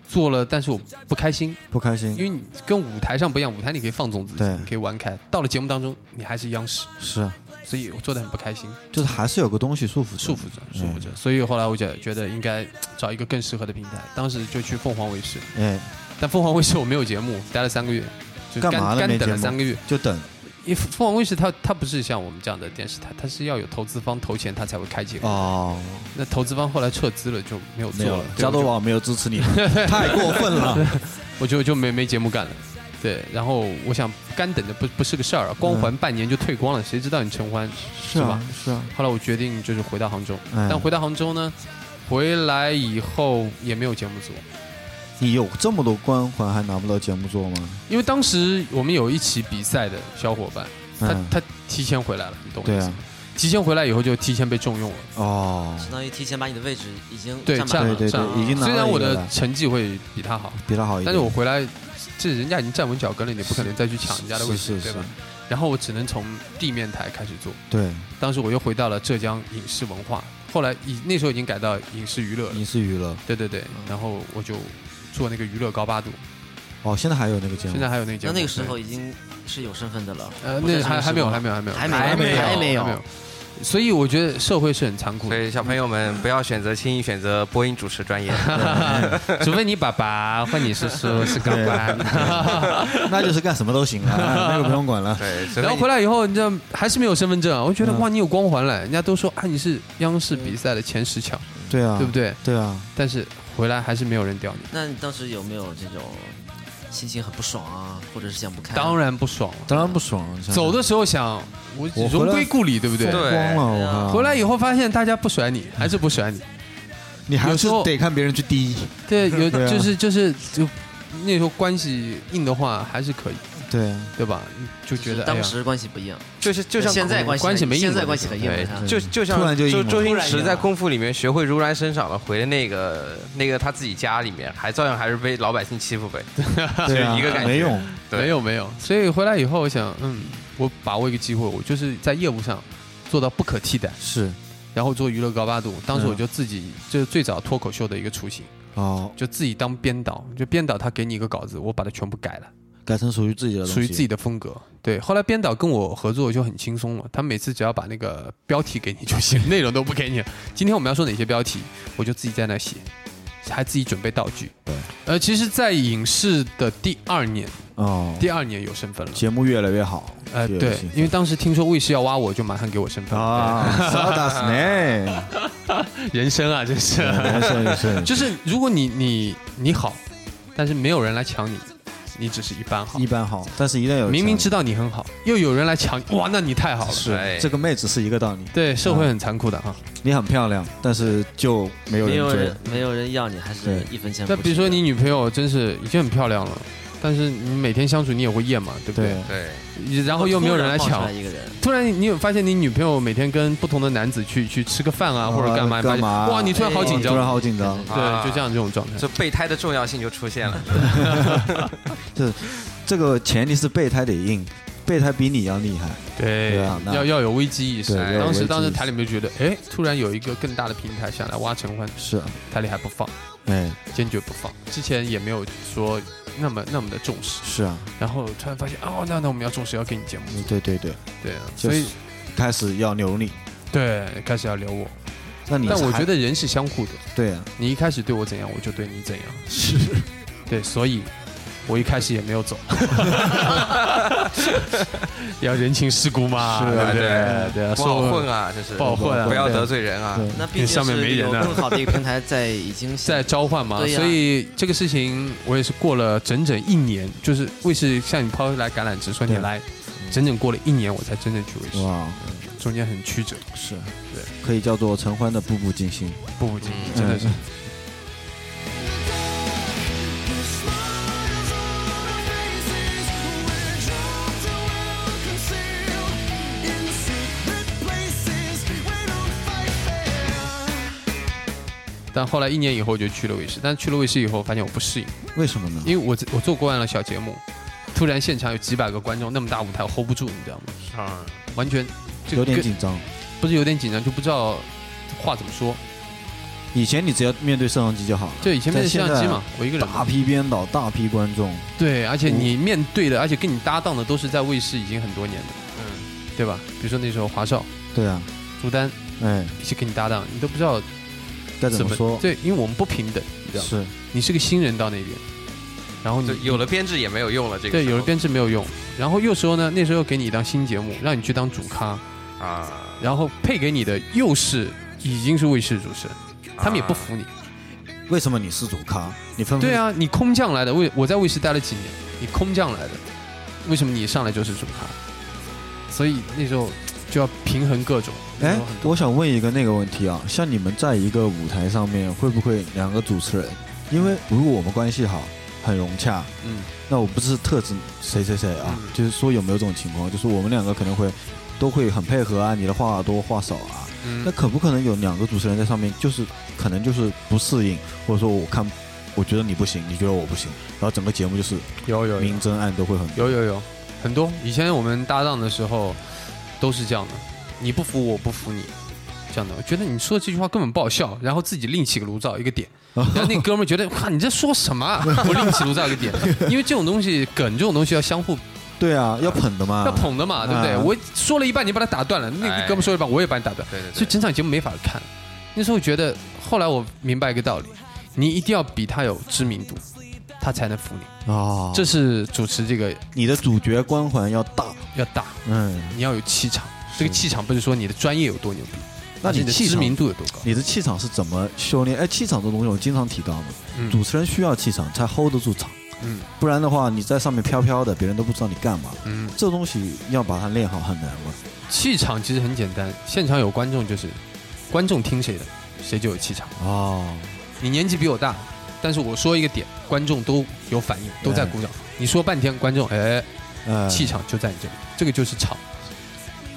做了，但是我不开心，
不开心
因，为你跟舞台上不一样，舞台你可以放纵自己，
嗯对
你可以玩开。到了节目当中，你还是央视，
是啊，
所以我做的很不开心，
就是还是有个东西束缚着
束缚着，束
嗯
缚着。所以后来我就觉得应该找一个更适合的平台，当时就去凤凰卫视，
哎，但
但凤凰卫视我没有节目，待了三个月，就
干
干
嘛呢
干等
没节目
了三个月。
就等
因为凤凰卫视它它不是像我们这样的电视台，它是要有投资方投钱，它才会开节目。
哦，
那投资方后来撤资了，就没有
没
做
有
了
了，，
对
加多，
我
宝没有支持你们，太过分 了，
就我就就没没节目干了。对，然后我想干等着不不是个事儿啊，
嗯
光环半年就退光了，谁知道你陈欢
是
吧
啊？是啊，
后来我决定就是回到杭州，
哎
但回到杭州呢，回来以后也没有节目做，
你有这么多光环还拿不到节目做吗？
因为当时我们有一起比赛的小伙伴，他、
嗯
他提前回来了，你懂我
对
意思
啊
吗？，提前回来以后就提前被重用了。
哦，
相当于提前把你的位置已经
对
占
占了
对
满了。
对
上
对，已经拿
虽然
了一
我
个
的
了，
成绩会比他好，
比他好一
但
点，
是我回来，这人家已经站稳脚跟了，你不可能再去抢人家的位置
是，是
对吧
是？
然后我只能从地面台开始做。
对，
当时我又回到了浙江影视文化，后来已那时候已经改到影视娱乐了
影。视娱乐，
对对对，
嗯
然后我就做那个娱乐高八度，
哦，现在还有那个节目，
现在还有那个节
那
目。
那个时候已经是有身份的了，
对，呃，
不再
那
是
还还没有，还没有，还没有，
还没有
还
还没
没
有
有。所以我觉得社会是很残酷
所
的，
以小朋友们不要选择轻易选择播音主持专业，
哎
除非你爸爸或你叔叔是高 官。
那就是干什么都行 了，哎那个不用管了，
对，所以
然后回
来
来以后，你知道还是没有身份证啊？我觉得
嗯
哇，你有光环了，人家都说啊你是央视比赛的前十强，
对啊，
对不？对？
对啊，
但是回来还是没有人屌你，
那你当时有没有这种心情很不爽啊，或者是想不
哎
开？
当，然不爽了。
当然不爽，啊想想
走的时候想我
我回
荣
来嗯
归故里，对不对？啊
风光了，我靠，
回来以后发现大家不甩你，还是不甩 你。
你还
有
是
时候
得看别人去第一，
对，有
对啊
就是就是就那时候关系硬的话还是可以，
对，
对吧？就觉得哎
当
呀，
时关系不一样，
就是就像
现在
孔
关系
关系没
现
硬
在
了
关系很硬
对
了。
嗯
就就像
突然就硬
就
了
周星驰在《功夫》里面学会如来神掌了，回那个那个他自己家里面，还照样还是被老百姓欺负呗。
对啊，
一个感觉
没用，
对
没有没有。所以回来以后我想，嗯，我把握一个机会，我就是在业务上做到不可替代。
是
然后做娱乐高八度，当时
嗯
我就自己就是最早脱口秀的一个雏形，
哦，
就自己当编导，就编导他给你一个稿子，我把它全部改了，
改成属于自己的东西，
属于自己的风格。对，后来编导跟我合作就很轻松了，他每次只要把那个标题给你就行， 内容都不给你。今天我们要说哪些标题，我就自己在那写，还自己准备道具。
对，
呃，其实，在影视的第二年，
哦，
第二年有身份了。
节目越来越好。
呃，
越来越
对
兴，奋
因为当时听说卫视要挖我，就马上给我身份
啊，萨达斯呢？
对人生啊，真是，
是是
就是是如果你你你好，但是没有人来抢你，你只是一般好
一。般好，但是一旦有
明明
这
知道你很好，又有人来抢，哇，那你太好了。
哎
是嗯这个妹子是一个道理，
对，社会很残酷的哈。
你很漂亮，但是就没有
没
人
有
追
人。没有人要你，还是
对
一分钱不
那
值。
比如说你女朋友真是已经很漂亮了，但是你每天相处你也会厌嘛，对不
对
对？，
对，
然后又没有人来
突然冒出
抢
来，一个人，
突然你有发现你女朋友每天跟不同的男子去去吃个饭啊，
啊
或者干嘛？你发
干
现
嘛？哎
哇，你突然好紧
突然啊
张。
好紧张。
对，就这样这种状态。
这备胎的重要性就出现了。
啊
这个前提是备胎得硬，备胎比你要厉害。
对
对啊那
要要有危机意识。
对要有
当时
危机
当时
意识
台里面就觉得，哎，突然有一个更大的平台想来挖陈欢，
是，
台里还不放，
哎，
坚决不放。之前也没有说那么那么的重视，
是啊，
然后突然发现，哦，那那我们要重视，要给你节目
嗯
组。
对对对，
对啊，
就
所以
是开始要留你。
对开始要留我。
那你
但我
还
觉得人是相互的，
对啊，
你一开始对我怎样，我就对你怎样。是，对，所以我一开始也没有走， 要人情世故嘛，
是
对
啊
不
对
对？对啊，
不
说
好
我
混啊，这是
不好混啊
不要
对
得罪人啊。
对
那毕竟
上面没
是
人
有
呢
更好的一个平台在已经
在召唤嘛，
对呀
所以这个事情我也是过了整整一年，就是卫视向你抛来橄榄枝说你
对
来，整整过了一年我才真正去卫视，
哇，
中间很曲折，
是
对，
可以叫做陈欢的步步惊心。
步步惊
嗯
心，真的是。但后来一年以后我就去了卫视，但去了卫视以后发现我不适应，
为什么呢？
因为我我做惯了小节目，突然现场有几百个观众，那么大舞台我 hold 不住，你知道吗？
啊，
完全就
有点
跟，
紧张。
不是有点紧张，就不知道话怎么说。
以前你只要面对摄像机就好了，
就以前面的摄像机嘛，我一个人嘛
大批编导、大批观众，
对，而且
嗯
你面对的，而且跟你搭档的都是在卫视已经很多年的，嗯，对吧？比如说那时候华少、
对啊，
朱丹
哎，
一起跟你搭档，你都不知道
该怎么说？
对，因为我们不平等，你知道吗，
是
你是个新人到那边，然后
嗯就
你
有了编制也没有用了。这个
对
时候
有了编制没有用，然后又说呢，那时候给你一档新节目，让你去当主咖，
啊，
然后配给你的又是已经是卫视主持人，他们也不服你。
为什么你是主咖？你分分
对，啊，你空降来的，为我在卫视待了几年，你空降来的，为什么你上来就是主咖？所以那时候就要平衡各种。那
哎
时候很，多
我想问一个那个问题啊，像你们在一个舞台上面，会不会两个主持人？因为如果我们关系好，很融洽，
嗯，
那我不是特指谁谁谁啊，
嗯
就是说有没有这种情况，就是我们两个可能会都会很配合啊，你的话多话少啊，那
嗯，
可不可能有两个主持人在上面，就是可能就是不适应，或者说我看，我觉得你不行，你觉得我不行，然后整个节目就是
有有有
明争暗斗会很
有有有很多。以前我们搭档的时候都是这样的，你不服我我不服你，这样的。我觉得你说这句话根本不好笑，然后自己另起个炉灶一个 点，然后那哥们儿觉得哇你在说什么啊？ 我另起炉灶一个点，因为这种东西梗这种东西要相互
对啊，要捧的嘛，
要捧的嘛，对不对？
啊
我说了一半，你把他打断了，那个哥们说了一半，我也把你打断，
对对
所以
对，
整场节目没法看。那时候我觉得，后来我明白一个道理，你一定要比他有知名度，他才能服你。
啊，
这是主持这个
你的主角光环要大，
要大，
嗯，
你要有气场。这个气场不是说你的专业有多牛逼，
那
而是
你
你的
气
知
场
名度有多高。
你的气场是怎么修炼？哎，气场这东西我经常提到嘛，
嗯
主持人需要气场才 hold 得住场，
嗯
不然的话你在上面飘飘的，别人都不知道你干嘛。
嗯，
这东西要把它练好很难嘛。
气场其实很简单，现场有观众就是，观众听谁的，谁就有气场。
哦，
你年纪比我大，但是我说一个点，观众都有反应，都在鼓掌。你说半天，观众哎，
呃，
气场就在你这里，这个就是场。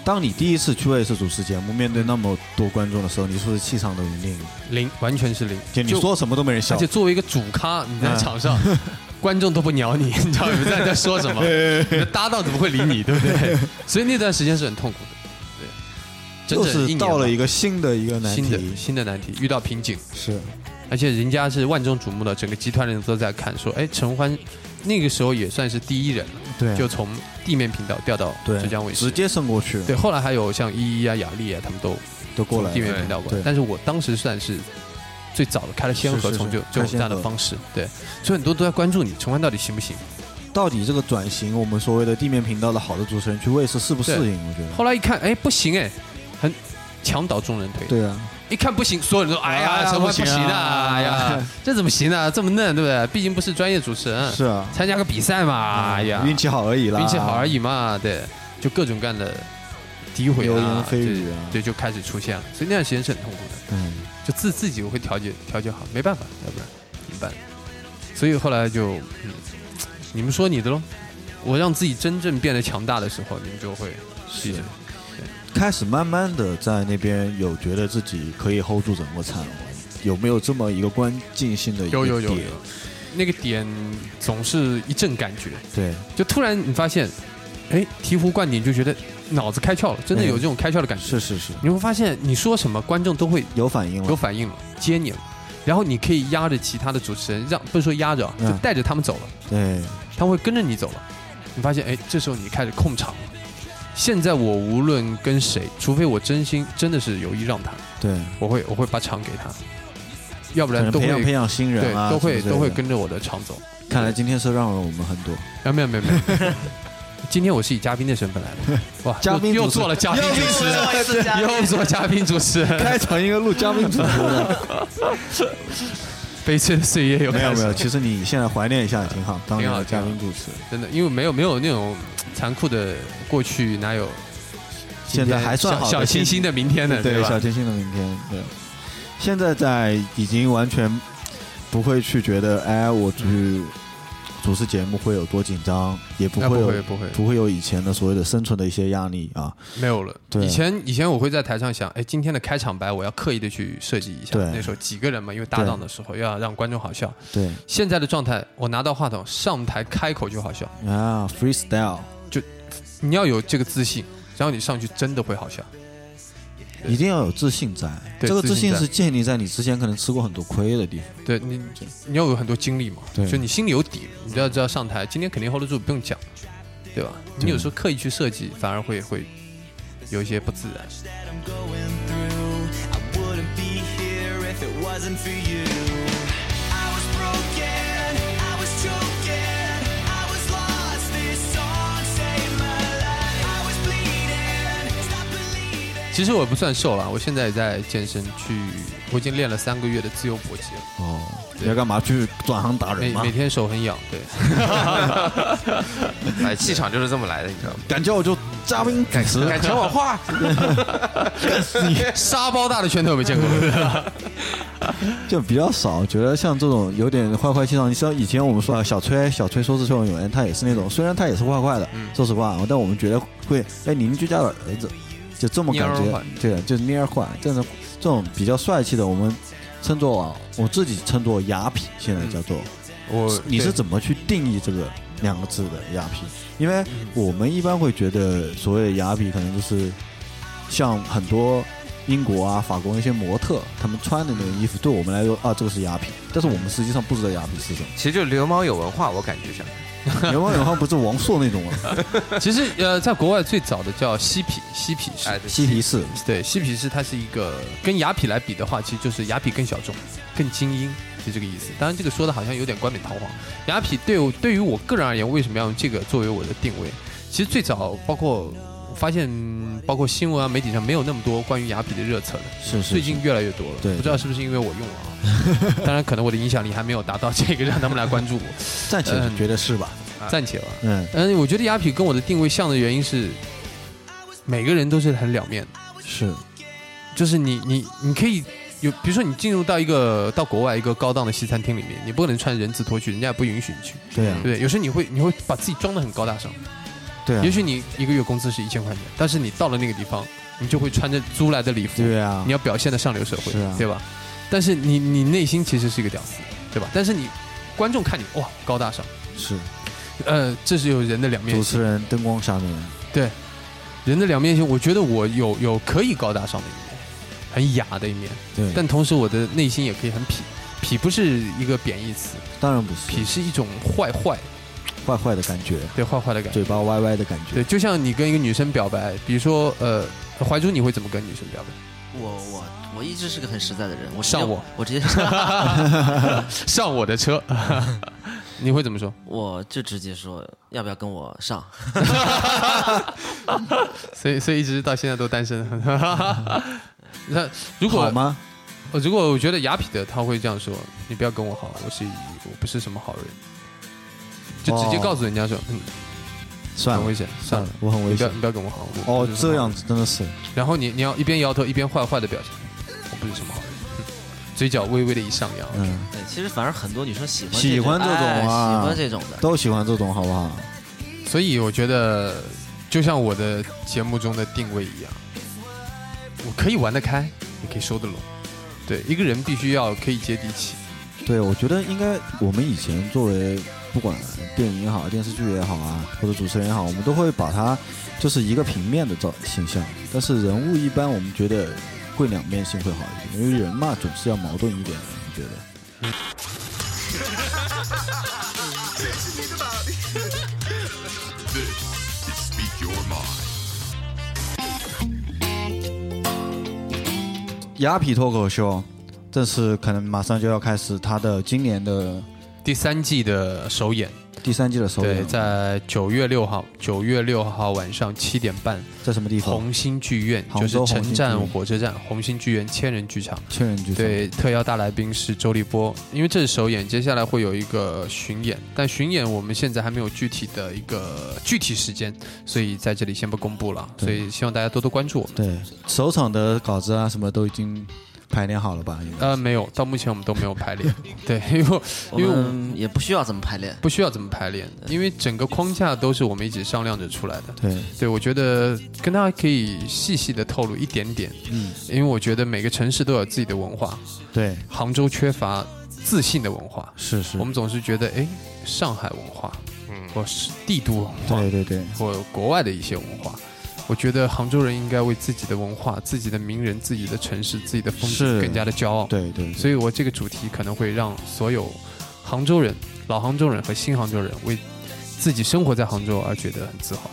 当你第一次去卫视主持节目，面对那么多观众的时候，你是不是气场都零？
零，完全是零。
就你说什嗯么都没人
而
笑
且，作为一个主咖，你在场 上，观众都不鸟你， 你知道你在在说什么？你的搭档怎么会理你，对不 对？所以那段时间是很痛苦的，对，
就
整整一
是
年吧
到了一个新的一个难
新的
题，
新的难题，遇到瓶颈，
是
而且人家是万众瞩目的，整个集团人都在看，说，哎，陈欢那个时候也算是第一人了，
对啊
就从地面频道调到浙江卫
对，直
视。
接升过去，
对，后来还有像依依啊、雅丽啊，他们都
都过来
地面
了。
频道过
对
来，但是我当时算是最早的开了先河，
是是是
从就就
开
有
先河
这样的方式，对，所以很多都在关注你，陈欢到底行不行？
到底这个转型，我们所谓的地面频道的好的主持人去喂是适不适
对
应？我觉得，
后来一看，哎，不行哎，很墙倒众人推。
对啊，
一看不行，所有人都哎
哎
呀，
呀
陈欢
不
不
行
行
啊
啊，哎 呀，这怎么行呢？这么嫩，对不对？毕竟不是专业主持人，
是啊，
参加个比赛嘛，嗯哎呀，
运气好而已啦，
运气好而
已，
已嘛，对，就各种各样的诋毁
流
啊
言，蜚语啊
对，对，就开始出现了。所以那段时间是很痛苦的，
嗯，
就自自己我会调节调节好，没办法，要不然怎么办？所以后来就，嗯，你们说你的喽。我让自己真正变得强大的时候，你们就会是
是开始慢慢的在那边有觉得自己可以 hold 住整个场，有没有这么一个关键性的一
嗯有有
个
有
点
有？，那个点总是一阵感觉，
对，
就突然你发现，哎，醍醐灌顶，就觉得脑子开窍了，真的
嗯
有这种开窍的感觉。
是是是，
你会发现，你说什么，观众都会
有反应
有
了，
反应了，接你了，然后你可以压着其他的主持人，让不是说压着啊，
嗯
就带着他们走了，
对，
他们会跟着你走了。你发现，哎，这时候你开始控场了。现在我无论跟谁，除非我真心真的是有意让他，
对，
我会我会把场给他，要不
可
然
能
都
培
会
养培养新
对
人啊，
都会
什么之类的
都会。跟着我的场走。
看来今天是让了我们很多，
啊，没有没有没有，今天我是以嘉宾的身份来 的，哇，
嘉宾
又又
主持
做了嘉宾主持人，又做嘉宾主持人，
开场应该录嘉宾主持的。
悲催的岁月又
没
开
有没
始
有，
了，
其实你现在怀念一下也挺好，当
挺好
年嘉
挺
宾
好
主持，
真的，因为没有没有那种残酷的过去，哪有
现在还算
小
好的，
小清新的明天呢，
对小
吧？
清新的明天，对。现在在已经完全不会去觉得，哎，我去主持节目会有多紧张，也不
啊
会
不
有
会不会
不会有以前的所谓的生存的一些压力啊。
没有了。
对
以前以前我会在台上想，哎，今天的开场白我要刻意的去设计一下
对。
那时候几个人嘛，因为搭档的时候要让观众好笑。
对
现在的状态，我拿到话筒上台开口就好笑，
啊，freestyle
你要有这个自信，然后你上去真的会好笑。
一定要有自信在，
对
这个
自
自
信
信
在
是建立在你之前可能吃过很多亏的地方。
对你，你要有很多精力嘛，
嗯对
就你心里有底，你知道知道上台今天肯定 hold 得住，不用讲，对吧？你有时候刻意去设计，反而会会有一些不自然。
going through. I wouldn't be here if it wasn't for you. I was broken, I was choking, I was lost. This song saved my life. I was bleeding, stop believing.
其实我不算瘦了，我现在也在健身去，我已经练了三个月的自由搏击了，
哦，
对
你要干嘛去转行打人
每
吗
每？天手很痒， 对，
哎，气场就是这么来的，你知道吗？
敢叫我就嘉宾主持，
敢抢我话，
沙包大的拳头有没有见过？
就比较少，觉得像这种有点坏坏气场。你像以前我们说啊，小崔，小崔说是秀演员，他也是那种，虽然他也是坏坏的，说实话，但我们觉得会，哎，邻居家的儿子，就这么感
蔫儿坏
觉，对，就是蔫儿坏。这种这种比较帅气的，我们称作啊，我自己称作雅痞，现在叫做。
我
你是
对
怎么去定义这个两个字的雅痞？因为我们一般会觉得所谓的雅痞，可能就是像很多英国啊、法国那些模特他们穿的那个衣服，对我们来说啊，这个是雅痞，但是我们实际上不知道雅痞是 什么。
其实就流氓有文化，我感觉像。
刘邦永汉不是王朔那种啊，
其实呃，在国外最早的叫嬉皮，嬉皮士，
哎，对
嬉皮士，
对，嬉皮士它是一个跟雅痞来比的话，其实就是雅痞更小众、更精英，是这个意思。当然，这个说的好像有点冠冕堂皇。雅痞对我对于我个人而言，为什么要用这个作为我的定位？其实最早包括我发现，嗯包括新闻啊媒体上没有那么多关于雅痞的热词的，
是是
最近越来越多了。
对
不知道是不是因为我用了啊？ 当然，可能我的影响力还没有达到这个让他们来关注我，
暂且觉得是吧？
暂且吧。
嗯，
嗯，我觉得雅痞跟我的定位像的原因是，每个人都是很两面的。
是，
就是你你你可以有，比如说你进入到一个到国外一个高档的西餐厅里面，你不可能穿人字拖去，人家也不允许你去，
对啊
对不，对？有时候你会你会把自己装的很高大上，
对啊，
也许你一个月工资是一千块钱，但是你到了那个地方，你就会穿着租来的礼服，
对啊
你，要表现的上流社会，
是啊
对吧？但是你你内心其实是一个屌丝，对吧？但是你观众看你哇高大上，
是
呃，这是有人的两面
主
性。
持人灯光下面，
人的两面性，我觉得我有有可以高大上的一面，很雅的一面，
对，
但同时我的内心也可以很痞。痞不是一个贬义词，
当然不是
痞是一种坏坏，
坏坏的感觉，
对坏坏的感觉。
嘴巴歪歪的感觉
对，，就像你跟一个女生表白，比如说呃，怀珠，你会怎么跟女生表白？
我我我一直是个很实在的人，我直接
上我，
我直接
上我的车，你会怎么说？
我就直接说要不要跟我上，
所以所以一直到现在都单身。 你看，如
好
果
吗？
呃如果我觉得雅痞的他会这样说，你不要跟我好，啊我是我不是什么好人，就直接
哦
告诉人家说，嗯，
算
很
了
危，险，算了，
我很
你
危
不要
险。
你不要跟我好。我
哦
不，是什么
这
好
样
人
子真的是，
然后你你要一边摇头一边坏坏的表情，我不是什么好人，嗯嘴角微微的一上扬。
嗯，
对，其实反而很多女生喜欢
喜欢
这
这种
哎
啊
喜欢这种的，
都喜欢这种，好不好？
所以我觉得，就像我的节目中的定位一样，我可以玩得开，也可以说得拢。对，一个人必须要可以接地气。
对，我觉得应该我们以前作为不管电影也好、电视剧也好啊，或者主持人也好，我们都会把它就是一个平面的造形象，但是人物一般我们觉得会两面性会好一点，因为人嘛总是要矛盾一点的，你觉得？
This is Speak Your Mind.
鸭皮脱口秀，这次可能马上就要开始它的今年的
第三季的首演，
第三季的首
对，
演，
在九月六号，九月六号晚上七点半，
在什么地方？
红星剧院，
杭
就
州
是
红星
城
剧
站
院
火车站红星剧院千人剧场。
千人剧场。
对，特邀大来宾是周立波，因为这是首演，接下来会有一个巡演，但巡演我们现在还没有具体的一个具体时间，所以在这里先不公布了，
对
所以希望大家多多关注我们。
对，首场的稿子啊什么都已经排练好了吧？应该
呃，没有，到目前我们都没有排练，对，因为因为
我
我
们也不需要怎么排练。
不需要怎么排练，因为整个框架都是我们一起商量着出来的。
对，
对，我觉得跟大家可以细细的透露一点点，
嗯，
因为我觉得每个城市都有自己的文化，
对，
杭州缺乏自信的文化，
是是
我，们总是觉得，哎，上海文化，
嗯
或是帝都文化，
对对对，
或国外的一些文化，我觉得杭州人应该为自己的文化、自己的名人、自己的城市、自己的风景
是
更加的骄傲。，
对对，
所以我这个主题可能会让所有杭州人、老杭州人和新杭州人为自己生活在杭州而觉得很自豪。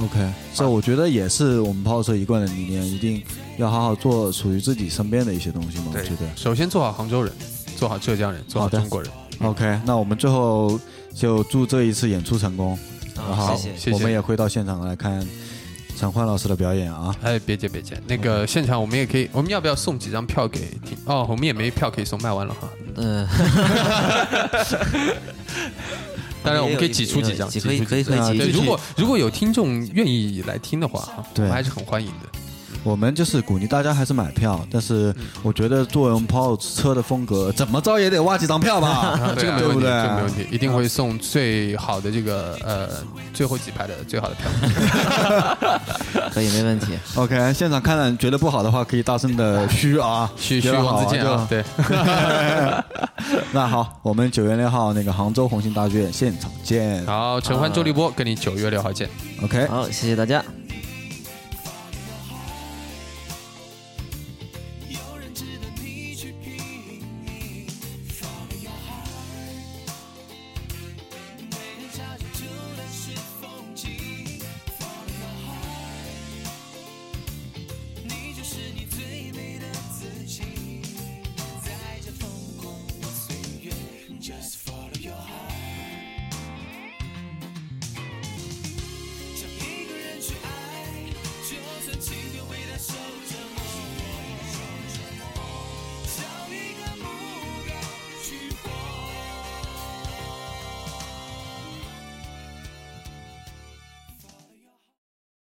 OK，这我觉得也是我们泡车一贯的理念，一定要好好做属于自己身边的一些东西嘛。我
对
觉得
首先做好杭州人，做好浙江人，做好
好的
中国人。
OK，那我们最后就祝这一次演出成功，然
啊，
后
谢谢。
谢谢
我们也会到现场来看陈焕老师的表演啊。
哎，别介别介，那个现场我们也可以，我们要不要送几张票给听？哦，我们也没票可以送，卖完了哈。
嗯，
当然，我们可以
也有
挤出几张，
也有可
挤
以
出
可以可以
啊
挤
对，
对
出
如
几
果如果有听众愿意来听的话，啊我
对
们还是很欢迎的。，
我们就是鼓励大家还是买票，但是我觉得作为我们泡车的风格，怎么着也得挖几张票吧
啊这个没
对
问
不
题，
对？嗯
这个没问题，一定会送最好的这个呃最后几排的最好 的票。
可以没问题。
OK，现场看了觉得不好的话，可以大声的 嘘啊，
去去
觉得好
王自
啊
健啊，
就
对，
那好，我们九月六号那个杭州红星大剧院现场见。
好，陈欢、周立波跟你九月六号见。
OK，
好，谢谢大家。